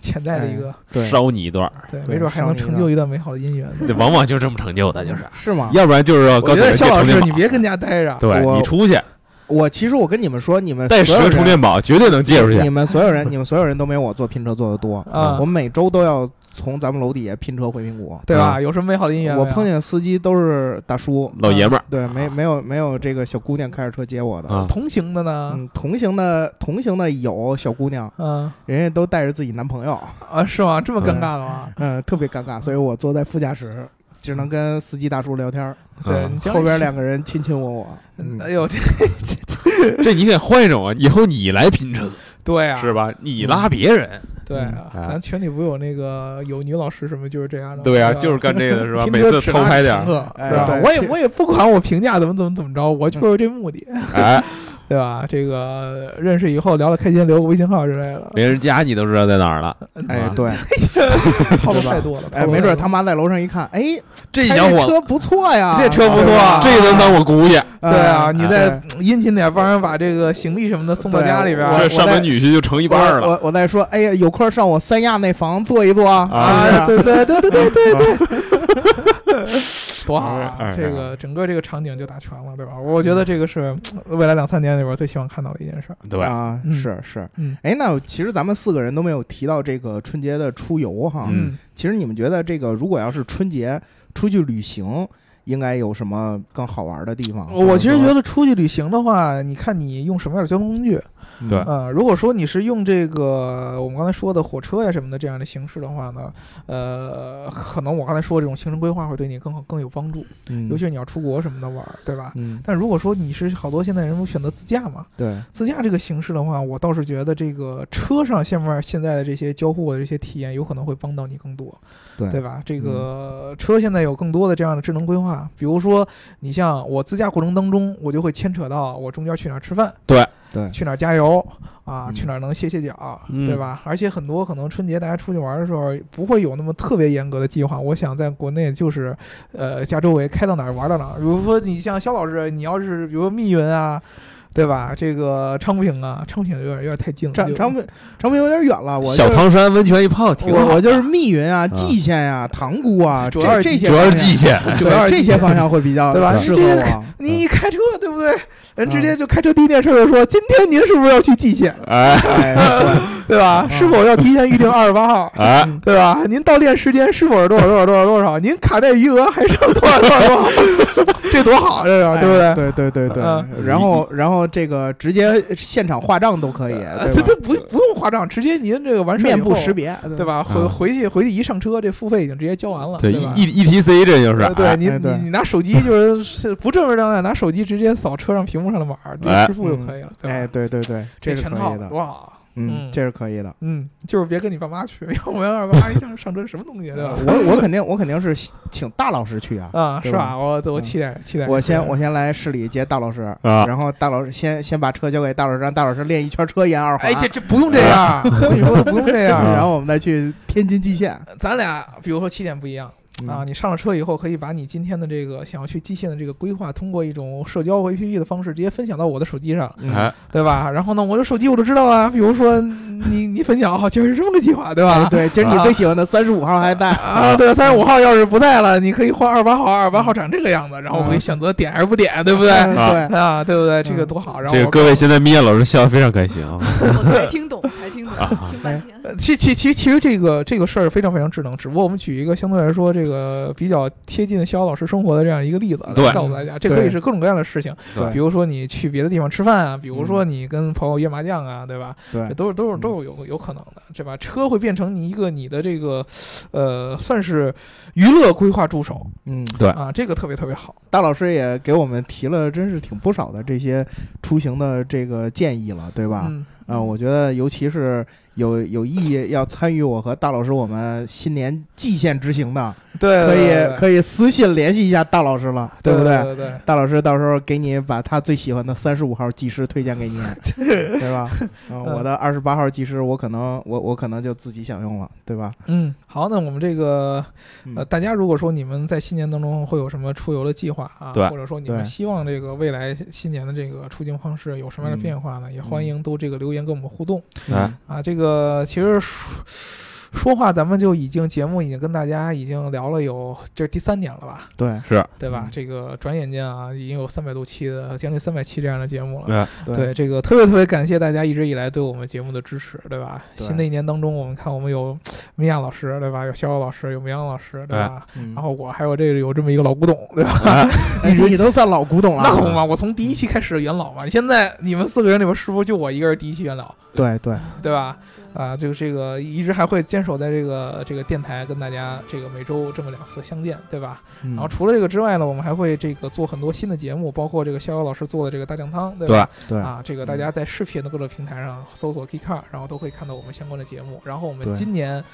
[SPEAKER 4] 潜在的一个，
[SPEAKER 3] [LAUGHS]
[SPEAKER 2] 对
[SPEAKER 3] 捎你一段儿，
[SPEAKER 4] 对，
[SPEAKER 2] 哎对
[SPEAKER 4] 没准还能
[SPEAKER 2] 上一个
[SPEAKER 4] 成就一段美好的姻缘。
[SPEAKER 3] 对，往往就这么成就的，就是，
[SPEAKER 2] 是吗？
[SPEAKER 3] 要不然就是
[SPEAKER 4] 嗯
[SPEAKER 2] 呃
[SPEAKER 4] 我
[SPEAKER 3] 高
[SPEAKER 4] 觉
[SPEAKER 3] 铁
[SPEAKER 4] 得
[SPEAKER 3] 直接
[SPEAKER 4] 肖老
[SPEAKER 3] 充电
[SPEAKER 4] 师，
[SPEAKER 3] 宝，
[SPEAKER 4] 你别跟家呃待着，
[SPEAKER 3] 对
[SPEAKER 2] 我
[SPEAKER 3] 你出去
[SPEAKER 2] 我其实我跟你们说，你们
[SPEAKER 3] 带十
[SPEAKER 2] 所有
[SPEAKER 3] 个充
[SPEAKER 2] 人，
[SPEAKER 3] 电宝，绝对能借出去
[SPEAKER 2] 你。们所有人，你们所有人都没有我做拼车做的多。
[SPEAKER 4] 啊
[SPEAKER 2] 嗯我，每周都要从咱们楼底下拼车回平谷。
[SPEAKER 4] 对吧？有什么美好的
[SPEAKER 3] 哎
[SPEAKER 4] 姻缘没
[SPEAKER 2] 嗯我
[SPEAKER 4] 有？
[SPEAKER 2] 碰见司机都是大叔，啊
[SPEAKER 3] 老爷们儿，
[SPEAKER 2] 对，没没有没有这个小姑娘开着车接我的。
[SPEAKER 3] 啊
[SPEAKER 4] 同行的呢，
[SPEAKER 2] 嗯，同行的同行的有小姑娘，
[SPEAKER 4] 嗯
[SPEAKER 2] 人家都带着自己男朋友，
[SPEAKER 4] 啊，是吗？这么尴尬的吗？
[SPEAKER 2] 嗯，特别尴尬，所以我坐在副驾驶，只能跟司机大叔聊天儿，
[SPEAKER 4] 对，
[SPEAKER 3] 嗯
[SPEAKER 4] 你将来
[SPEAKER 2] 后边两个人亲亲我我。嗯
[SPEAKER 4] 哎呦，这
[SPEAKER 3] 这你得换一种啊，以后你来拼车
[SPEAKER 4] 嗯对啊，
[SPEAKER 3] 是吧？你拉别人，
[SPEAKER 4] 对
[SPEAKER 2] 嗯
[SPEAKER 4] 啊，
[SPEAKER 3] 哎
[SPEAKER 4] 咱群里不有那个有女老师什么就是这样的，
[SPEAKER 3] 对
[SPEAKER 4] 呀，
[SPEAKER 3] 啊，就是干这个的是吧？
[SPEAKER 4] [LAUGHS] 拼
[SPEAKER 3] 每
[SPEAKER 4] 车
[SPEAKER 3] 次
[SPEAKER 4] 只
[SPEAKER 3] 偷
[SPEAKER 4] 拉
[SPEAKER 3] 拍
[SPEAKER 4] 你
[SPEAKER 3] 点
[SPEAKER 4] 乘
[SPEAKER 3] 儿，
[SPEAKER 4] 客
[SPEAKER 2] 哎
[SPEAKER 4] 是吧
[SPEAKER 2] 对？
[SPEAKER 4] 我
[SPEAKER 2] 其
[SPEAKER 4] 也我也不管我评价怎么怎么怎么着，我就是这目的，
[SPEAKER 3] 哎，
[SPEAKER 4] 对吧？这个认识以后聊得开心，留个微信号之类的，
[SPEAKER 3] 连人家你都知道在哪儿
[SPEAKER 4] [LAUGHS]
[SPEAKER 3] 了。
[SPEAKER 2] 哎，对，
[SPEAKER 4] 套路太多了。
[SPEAKER 2] 哎，没准他妈在楼上一看，哎，
[SPEAKER 3] 这
[SPEAKER 2] 开
[SPEAKER 3] 小
[SPEAKER 2] 这
[SPEAKER 3] 伙，
[SPEAKER 2] 车不错呀，
[SPEAKER 4] 这车不错
[SPEAKER 2] 对吧哎
[SPEAKER 3] 这能当我姑爷，
[SPEAKER 4] 对啊，你再
[SPEAKER 2] 在
[SPEAKER 4] 殷勤点，帮人把这个行李什么的送到
[SPEAKER 2] 对
[SPEAKER 4] 家里边
[SPEAKER 2] 我
[SPEAKER 3] 这
[SPEAKER 4] 儿
[SPEAKER 3] 上门女婿就成一
[SPEAKER 2] 一
[SPEAKER 3] 半儿了。
[SPEAKER 2] 我我再说，哎呀，有空上我三亚那房坐一坐哎是
[SPEAKER 4] 啊，
[SPEAKER 2] 不是
[SPEAKER 4] 对对对对对对，
[SPEAKER 2] 对对，
[SPEAKER 4] 多好啊！
[SPEAKER 3] 哎嗯
[SPEAKER 4] 这个整个这个场景就打全了，对吧？我觉得这个是未来两三年里边最希望看到的一件事儿。
[SPEAKER 3] 对，
[SPEAKER 2] 啊，
[SPEAKER 4] 嗯
[SPEAKER 2] 是是
[SPEAKER 4] 嗯，
[SPEAKER 2] 哎，那其实咱们四个人都没有提到这个春节的出游哈。
[SPEAKER 3] 嗯
[SPEAKER 2] 其实你们觉得这个如果要是春节出去旅行，应该有什么更好玩的地方？
[SPEAKER 4] 我其实觉
[SPEAKER 2] 得，
[SPEAKER 4] 得出去旅行的话，你看你用什么样的交通工具？
[SPEAKER 2] 嗯
[SPEAKER 3] [LAUGHS] 对
[SPEAKER 4] 呃，如果说你是用这个我们刚才说的火车呀什么的这样的形式的话呢，呃，可能我刚才说这种行程规划会对你更好更有帮助，
[SPEAKER 2] 嗯
[SPEAKER 4] 尤其是你要出国什么的玩儿，对吧？
[SPEAKER 2] 嗯，
[SPEAKER 4] 但如果说你是好多现在人不选择自驾嘛，
[SPEAKER 2] 对，
[SPEAKER 4] 自驾这个形式的话，我倒是觉得这个车上下面现在的这些交互的这些体验，有可能会帮到你更多，
[SPEAKER 2] 对嗯
[SPEAKER 4] 吧？这个车现在有更多的这样的智能规划，比如说你像我自驾过程当中，我就会牵扯到我中间去哪儿吃饭，
[SPEAKER 3] 对
[SPEAKER 2] 对
[SPEAKER 4] 去哪儿加油啊，
[SPEAKER 2] 嗯
[SPEAKER 4] 去哪儿能歇歇脚，
[SPEAKER 3] 嗯
[SPEAKER 4] 对吧？而且很多可能春节大家出去玩的时候，不会有那么特别严格的计划。我想在国内就是，呃，家周围开到哪儿玩到哪儿。比如说你像肖老师，你要是比如说密云啊。对吧？这个昌平啊，昌平有点有点太近了。
[SPEAKER 2] 张
[SPEAKER 4] 就
[SPEAKER 2] 张平张平有点远了，我
[SPEAKER 3] 小
[SPEAKER 2] 就是
[SPEAKER 3] 汤山温泉一泡挺
[SPEAKER 2] 我
[SPEAKER 3] 好
[SPEAKER 2] 我，就是密云啊、蓟县呀、塘沽啊，
[SPEAKER 4] 主
[SPEAKER 2] 这
[SPEAKER 4] 要是
[SPEAKER 2] 这些
[SPEAKER 3] 主要是
[SPEAKER 2] 方向
[SPEAKER 3] 蓟县，
[SPEAKER 4] 主
[SPEAKER 2] 对
[SPEAKER 4] 要是
[SPEAKER 2] 这些方向会比较
[SPEAKER 4] [LAUGHS] 对吧
[SPEAKER 2] 适合
[SPEAKER 4] 这些
[SPEAKER 2] 我。
[SPEAKER 4] 你一开车，对
[SPEAKER 2] 嗯 [LAUGHS]
[SPEAKER 4] 不对？人直接就开车第一件事就说：“今天您是不是要去蓟县
[SPEAKER 3] 哎，
[SPEAKER 2] 哎，对，
[SPEAKER 4] 对吧？是否要提前预定二十八号？
[SPEAKER 3] 嗯哎，
[SPEAKER 2] 嗯
[SPEAKER 4] 对吧？您到店时间是否是多少多少多少多少？您卡带余额还剩多少多少多少？这多好，啊这
[SPEAKER 2] 哎
[SPEAKER 4] [LAUGHS] 个对不对？
[SPEAKER 2] 对对对对
[SPEAKER 4] 嗯
[SPEAKER 2] 然后然后这个直接现场划账都可以，
[SPEAKER 4] 这
[SPEAKER 2] 对吧？
[SPEAKER 4] 这不不用花账，直接您这个完事儿以
[SPEAKER 2] 面
[SPEAKER 4] 后
[SPEAKER 2] 部识，别，
[SPEAKER 4] 呃对？吧？回
[SPEAKER 3] 嗯
[SPEAKER 4] 回去回去一上车，这付费已经直接交完了，
[SPEAKER 3] 对
[SPEAKER 4] 吧？
[SPEAKER 3] E E T C 这就是
[SPEAKER 4] 呃，对
[SPEAKER 3] 哎
[SPEAKER 4] 你
[SPEAKER 2] 哎对
[SPEAKER 4] 你你拿手机就是是不正面当的，拿手机直接扫车上屏幕上的码儿，直接
[SPEAKER 3] 哎
[SPEAKER 4] 支付就可以了，对吧
[SPEAKER 2] 哎，对对对，
[SPEAKER 4] 这
[SPEAKER 2] 是
[SPEAKER 4] 全
[SPEAKER 2] 可
[SPEAKER 4] 套
[SPEAKER 2] 以的，
[SPEAKER 4] 多好。
[SPEAKER 2] 嗯，
[SPEAKER 4] 嗯
[SPEAKER 2] 这是可以的。
[SPEAKER 4] 嗯，就是别跟你爸妈去，要不然二八一上上车什么东西， [LAUGHS] 对吧？
[SPEAKER 2] 我我肯定我肯定是请大老师去啊，
[SPEAKER 4] 啊，
[SPEAKER 2] 对
[SPEAKER 4] 是
[SPEAKER 2] 吧
[SPEAKER 4] 吧？我我
[SPEAKER 2] 嗯
[SPEAKER 4] 期待期待。
[SPEAKER 2] 我先我先来市里接大老师，
[SPEAKER 3] 啊
[SPEAKER 2] 然后大老师先先把车交给大老师，让大老师练一圈车沿二环。
[SPEAKER 4] 哎，这这不用这
[SPEAKER 2] 啊
[SPEAKER 4] 样，我跟你说不用这
[SPEAKER 2] [LAUGHS]
[SPEAKER 4] 样。
[SPEAKER 3] 啊
[SPEAKER 2] 然后我们再去天津蓟县
[SPEAKER 4] 咱俩比如说起点不一样
[SPEAKER 2] 嗯
[SPEAKER 4] 啊，，你上了车以后，可以把你今天的这个想要去蓟县的这个规划，通过一种社交 APP 的方式直接分享到我的手机上，
[SPEAKER 2] 嗯
[SPEAKER 3] 哎，
[SPEAKER 4] 对吧？然后呢，我有手机我就知道啊，比如说你你分享好，哦就是这么个计划，对吧
[SPEAKER 2] 哎？对，今儿你
[SPEAKER 4] 啊
[SPEAKER 2] 最喜欢的三十五号还在，
[SPEAKER 4] 啊，对，三十
[SPEAKER 3] 嗯
[SPEAKER 4] 五号要是不在了，你可以换二八号，二八号长这个样子，然后我可以
[SPEAKER 3] 嗯
[SPEAKER 4] 选择点还是不点，对不对？
[SPEAKER 2] 哎
[SPEAKER 3] 啊
[SPEAKER 2] 对，
[SPEAKER 4] 啊，对不对？这个多好。然后
[SPEAKER 3] 这个
[SPEAKER 4] 我
[SPEAKER 3] 各位现在米娅老师笑得非常开心啊，
[SPEAKER 1] 我才听懂，才听懂
[SPEAKER 3] 啊，
[SPEAKER 1] 听半天。
[SPEAKER 4] 呃其其其其实这个这个事儿非常非常智能，只不过我们举一个相对来说这个比较贴近逍遥老师生活的这样一个例子来
[SPEAKER 3] 对
[SPEAKER 4] 告诉大家，这可
[SPEAKER 2] 对
[SPEAKER 4] 以是各种各样的事情，比如说你去别的地方吃饭啊，比
[SPEAKER 3] 嗯
[SPEAKER 4] 如说你跟朋友约麻将啊，对吧？
[SPEAKER 2] 对
[SPEAKER 4] 这都是都是
[SPEAKER 2] 嗯
[SPEAKER 4] 都是有有可能的，对吧？车会变成你一个你的这个呃算是娱乐规划助手
[SPEAKER 2] 嗯，
[SPEAKER 3] 对
[SPEAKER 4] 啊，这个特别特别好。
[SPEAKER 2] 大老师也给我们提了，真是挺不少的这些出行的这个建议了，对吧？
[SPEAKER 4] 嗯，
[SPEAKER 2] 啊，我觉得尤其是有有意要参与我和大老师我们新年蓟县之行的，
[SPEAKER 4] 对，
[SPEAKER 2] 可以
[SPEAKER 4] 对对
[SPEAKER 2] 可以私信联系一下大老师了，对不
[SPEAKER 4] 对
[SPEAKER 2] 对？
[SPEAKER 4] 对对。
[SPEAKER 2] 大老师到时候给你把他最喜欢的三十五号技师推荐给你，
[SPEAKER 4] [LAUGHS]
[SPEAKER 2] 对吧？嗯，我的二十八号技师，我可能我我可能就自己享用了，对吧？
[SPEAKER 4] 嗯，好，那我们这个
[SPEAKER 2] 嗯
[SPEAKER 4] 呃，大家如果说你们在新年当中会有什么出游的计划啊，
[SPEAKER 3] 对
[SPEAKER 4] 或者说你们
[SPEAKER 2] 对
[SPEAKER 4] 希望这个未来新年的这个出行方式有什么样的变化呢？也欢迎都这个留言跟我们互动
[SPEAKER 2] 嗯
[SPEAKER 3] 哎，
[SPEAKER 4] 啊。这个其实说说话，咱们就已经节目已经跟大家已经聊了有这是第三年了吧，
[SPEAKER 2] 对
[SPEAKER 3] 是
[SPEAKER 4] 对吧？
[SPEAKER 2] 嗯
[SPEAKER 4] 这个转眼间啊，已经有三百多期的将近三百期这样的节目了。
[SPEAKER 3] 哎，
[SPEAKER 2] 嗯
[SPEAKER 4] 对，这个特别特别感谢大家一直以来对我们节目的支持，对吧？
[SPEAKER 2] 对
[SPEAKER 4] 新的一年当中，我们看我们有米娅老师，对吧？有逍遥老师，有明阳老师，对吧？
[SPEAKER 2] 嗯
[SPEAKER 4] 然后我还有这个有这么一个老古董，对吧？
[SPEAKER 2] 哎你都算老古董
[SPEAKER 4] 那可
[SPEAKER 2] 了，
[SPEAKER 4] 不嘛，我从第一期开始元老嘛，现在你们四个人里边是不是就我一个人第一期元老，
[SPEAKER 2] 对对，
[SPEAKER 4] 对吧？啊，就这个一直还会坚守在这个这个电台跟大家这个每周这么两次相见，对吧？
[SPEAKER 2] 然
[SPEAKER 4] 然后除了这个之外呢，我们还会这个做很多新的节目，包括这个逍遥老师做的这个大酱汤，对吧？
[SPEAKER 3] 对
[SPEAKER 2] 对嗯
[SPEAKER 4] 啊，这个大家在视频的各个平台上搜索 Kika，然后都可以看到我们相关的节目。然后我
[SPEAKER 2] 对
[SPEAKER 4] 们今年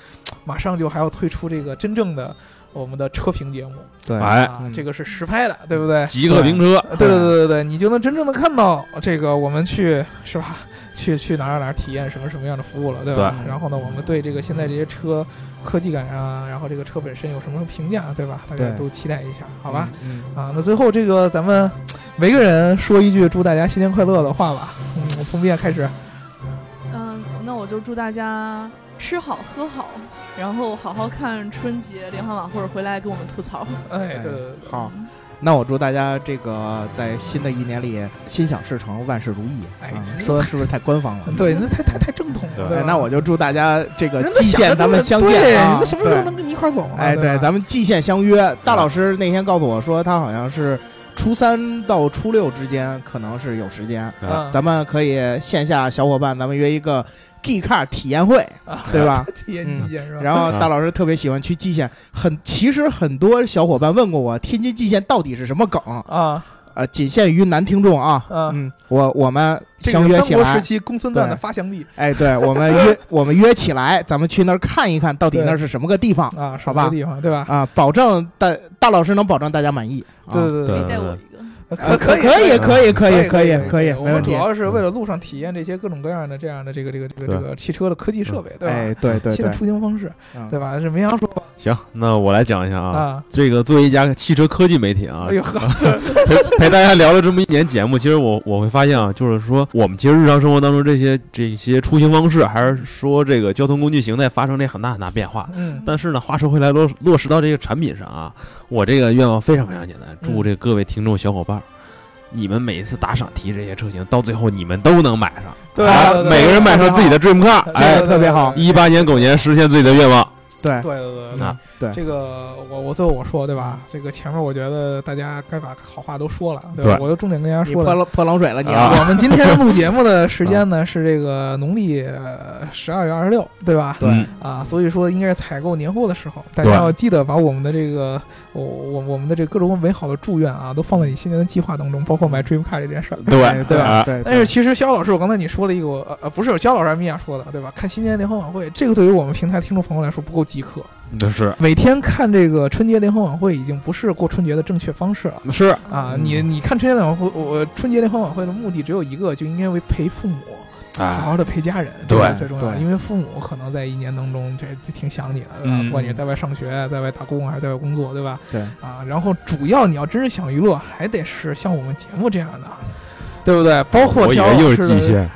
[SPEAKER 4] 马上就还要推出这个真正的我们的车评节目，
[SPEAKER 2] 对，
[SPEAKER 3] 哎，
[SPEAKER 4] 啊
[SPEAKER 2] 嗯，
[SPEAKER 4] 这个是实拍的，对不对？
[SPEAKER 3] 极客评车，
[SPEAKER 4] 对对对对对，你就能真正的看到这个我们去是吧？ [LAUGHS] 去去哪儿哪儿体验什么什么样的服务了，对吧？
[SPEAKER 2] 对
[SPEAKER 4] 然后呢，我们对这个现在这些车科技感啊，然后这个车本身有什么评价，对吧？大家
[SPEAKER 2] 对
[SPEAKER 4] 都期待一下，好吧？
[SPEAKER 2] 嗯，嗯
[SPEAKER 4] 啊，那最后这个咱们每个人说一句祝大家新年快乐的话吧。从从毕业开始，
[SPEAKER 1] 嗯，那我就祝大家吃好喝好，然后好好看春节联欢晚会儿回来跟我们吐槽。嗯
[SPEAKER 2] 哎
[SPEAKER 4] 哎，对对对，
[SPEAKER 2] 好。那我祝大家这个在新的一年里心想事成，万事如意。
[SPEAKER 4] 哎
[SPEAKER 2] 啊
[SPEAKER 4] 你
[SPEAKER 2] 说的是不是太官方了？
[SPEAKER 4] 嗯对，那太太太正统
[SPEAKER 3] 对
[SPEAKER 4] 了。
[SPEAKER 2] 哎
[SPEAKER 4] [LAUGHS] 对吧
[SPEAKER 2] 那我就祝大家这个
[SPEAKER 4] 人都
[SPEAKER 2] 蓟
[SPEAKER 4] 想着
[SPEAKER 2] 县咱们
[SPEAKER 4] 这
[SPEAKER 2] 相
[SPEAKER 4] 么对，
[SPEAKER 2] 见啊！
[SPEAKER 4] 那什么时
[SPEAKER 2] 对
[SPEAKER 4] 候能跟你一块儿走啊？
[SPEAKER 2] 哎，对，
[SPEAKER 4] 对吧，
[SPEAKER 2] 咱们蓟县相约。大老师那天告诉我说，他好像是初三到初六之间，可能是有时间。
[SPEAKER 4] 啊
[SPEAKER 2] 咱们可以线下小伙伴，咱们约一个 G Car 体验会，
[SPEAKER 4] 啊
[SPEAKER 2] 对吧？
[SPEAKER 4] [LAUGHS] 体验
[SPEAKER 2] 嗯
[SPEAKER 4] 极限是吧？
[SPEAKER 2] 然后大老师特别喜欢去蓟县，很其实很多小伙伴问过我，天津蓟县到底是什么梗？
[SPEAKER 4] 啊，
[SPEAKER 2] 呃，仅限于男听众啊。
[SPEAKER 4] 啊
[SPEAKER 2] 嗯，我我们
[SPEAKER 4] 这个
[SPEAKER 2] 相约
[SPEAKER 4] 是
[SPEAKER 2] 起
[SPEAKER 4] 三国
[SPEAKER 2] 来
[SPEAKER 4] 时。期公孙瓒的
[SPEAKER 2] 对
[SPEAKER 4] 发祥地
[SPEAKER 2] 哎，对，我们约我们约起来，咱们去那儿看一看到底
[SPEAKER 4] 对
[SPEAKER 2] 那是什么个地方
[SPEAKER 4] 啊，什
[SPEAKER 2] 好
[SPEAKER 4] 么
[SPEAKER 2] 吧
[SPEAKER 4] 地方对吧？
[SPEAKER 2] 啊？保证大大老师能保证大家满意。啊
[SPEAKER 4] 对对
[SPEAKER 3] 对
[SPEAKER 4] 对
[SPEAKER 1] 你带我一个，嗯
[SPEAKER 2] 呃
[SPEAKER 4] 可
[SPEAKER 2] 可以
[SPEAKER 4] 以
[SPEAKER 2] 可以可以
[SPEAKER 4] 可
[SPEAKER 2] 以可
[SPEAKER 4] 可
[SPEAKER 2] 以，
[SPEAKER 4] 我
[SPEAKER 2] 没
[SPEAKER 4] 们
[SPEAKER 2] 问
[SPEAKER 4] 主
[SPEAKER 2] 题。嗯
[SPEAKER 4] 要是为了路上体验这些各种各样的这样的这个这个这个这个汽车的科技设备，对吧？
[SPEAKER 2] 哎，对对
[SPEAKER 4] 新
[SPEAKER 2] 对
[SPEAKER 4] 的，出行方式，
[SPEAKER 2] 嗯
[SPEAKER 4] 对吧？是梅阳说吧
[SPEAKER 3] 行，那我来讲一下啊，
[SPEAKER 4] 啊，
[SPEAKER 3] 这个作为一家汽车科技媒体啊
[SPEAKER 4] 哎，呦呵，
[SPEAKER 3] [LAUGHS] 陪陪大家聊了这么一年节目，其实我我会发现啊，就是说我们其实日常生活当中这些这些出行方式，还是说这个交通工具形态发生这很大很大变化。
[SPEAKER 4] 嗯，
[SPEAKER 3] 但是呢，话说回来落落实到这个产品上啊，我这个愿望非常非常简单，祝这各位听众小伙伴儿你们每一次打赏提这些车型，到最后你们都能买上，
[SPEAKER 2] 对
[SPEAKER 3] 哎
[SPEAKER 4] 对对
[SPEAKER 3] 每个人买上自己的 dream car，
[SPEAKER 4] 这
[SPEAKER 3] 哎
[SPEAKER 4] 个，
[SPEAKER 2] 特别好
[SPEAKER 3] 一八年狗年实现自己的愿望，
[SPEAKER 2] 对，
[SPEAKER 4] 对对对
[SPEAKER 3] 啊
[SPEAKER 2] 对
[SPEAKER 4] 这个我我最后我说对吧？这个前面我觉得大家该把好话都说了，对吧？
[SPEAKER 3] 对
[SPEAKER 4] 我就重点跟大家
[SPEAKER 2] 你
[SPEAKER 4] 说
[SPEAKER 2] 泼
[SPEAKER 4] 了。
[SPEAKER 2] 冷泼冷水了你
[SPEAKER 3] 啊
[SPEAKER 2] 啊，
[SPEAKER 4] 我们今天录节目的时
[SPEAKER 2] [LAUGHS]
[SPEAKER 4] 间呢是这个农历呃十二月二十六，对吧？
[SPEAKER 2] 对
[SPEAKER 3] 嗯
[SPEAKER 4] 啊，所以说应该是采购年货的时候，大家要记得把我们的这个我我我们的这各种美好的祝愿啊，都放在你新年的计划当中，包括买 Dream Car 这件事儿。
[SPEAKER 2] 哎
[SPEAKER 3] 对
[SPEAKER 2] 对
[SPEAKER 3] 啊
[SPEAKER 2] 对，
[SPEAKER 4] 但是其实肖老师，我刚才你说了一个，我呃呃不是肖老师，还是米娅说的，对吧？看新年联欢晚会，这个对于我们平台听众朋友来说不够即可。
[SPEAKER 3] 那是
[SPEAKER 4] 每天看这个春节联欢晚会已经不是过春节的正确方式了
[SPEAKER 3] 是
[SPEAKER 4] 啊！你你看春节联欢晚会，我春节联欢晚会的目的只有一个，就应该为陪父母，好
[SPEAKER 3] 啊，
[SPEAKER 4] 好的陪家人，这个
[SPEAKER 3] 对
[SPEAKER 4] 是最重要的。
[SPEAKER 2] 对
[SPEAKER 4] 因为父母可能在一年当中，这这挺想你的，对吧？
[SPEAKER 3] 嗯
[SPEAKER 4] 不管你是在外上学、啊在外打工还是在外工作，对吧？
[SPEAKER 2] 对
[SPEAKER 4] 啊，然后主要你要真是想娱乐，还得是像我们节目这样的，对不对？包括
[SPEAKER 3] 我以
[SPEAKER 4] 像
[SPEAKER 3] 为又是极限，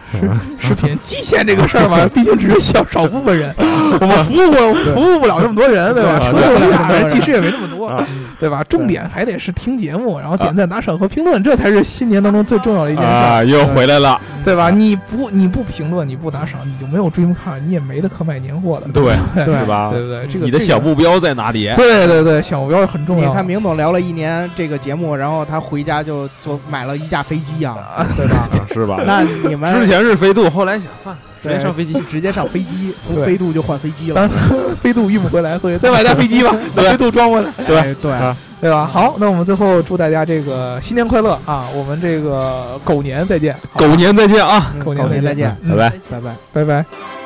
[SPEAKER 4] 视频基线这个事
[SPEAKER 3] [LAUGHS]
[SPEAKER 4] 儿嘛，毕竟只是小少部分人，我们服务
[SPEAKER 2] 对
[SPEAKER 4] 服务不了这么多人，对吧？
[SPEAKER 3] 对
[SPEAKER 4] 除了我们俩人，技师也没那么
[SPEAKER 3] 啊
[SPEAKER 4] 多，对吧？重点还得是听节目，然后点赞、打赏和评论，这才是新年当中最重要的一件事儿，
[SPEAKER 3] 啊，又回来了，
[SPEAKER 4] 对吧？你不你不评论，你不打赏，你就没有 Dream Car，你也没得可买年货的，
[SPEAKER 3] 对
[SPEAKER 2] 嗯对
[SPEAKER 3] 是吧？
[SPEAKER 4] 嗯对不嗯对？这个
[SPEAKER 3] 你的小
[SPEAKER 4] 目，
[SPEAKER 3] 目标在哪里？
[SPEAKER 4] 对对对，小目标是很重
[SPEAKER 2] 你
[SPEAKER 4] 要。
[SPEAKER 2] 看明总聊了一年这个节目，然后他回家就做买了一架飞机呀、啊，对 [LAUGHS] 吧？
[SPEAKER 3] 啊是吧？
[SPEAKER 2] 那你们
[SPEAKER 3] 之前是飞度，后来想算了，直接上飞机。
[SPEAKER 2] 直接上飞机，从
[SPEAKER 4] 对
[SPEAKER 2] 飞度就换飞机了
[SPEAKER 4] 当。时飞度运不回来，所以再买架飞机吧，把飞度装回来。
[SPEAKER 3] [LAUGHS] 对
[SPEAKER 2] 哎对
[SPEAKER 3] 啊
[SPEAKER 4] 对吧？好，那我们最后祝大家这个新年快乐啊！我们这个狗年再见，好吧
[SPEAKER 3] 狗年再见啊！
[SPEAKER 2] 嗯
[SPEAKER 4] 狗
[SPEAKER 2] 狗
[SPEAKER 4] 年
[SPEAKER 2] 年
[SPEAKER 4] 再
[SPEAKER 2] 再
[SPEAKER 4] 见
[SPEAKER 2] 见，
[SPEAKER 4] 嗯
[SPEAKER 3] 拜拜。
[SPEAKER 2] 拜拜。
[SPEAKER 4] 拜拜。
[SPEAKER 2] 嗯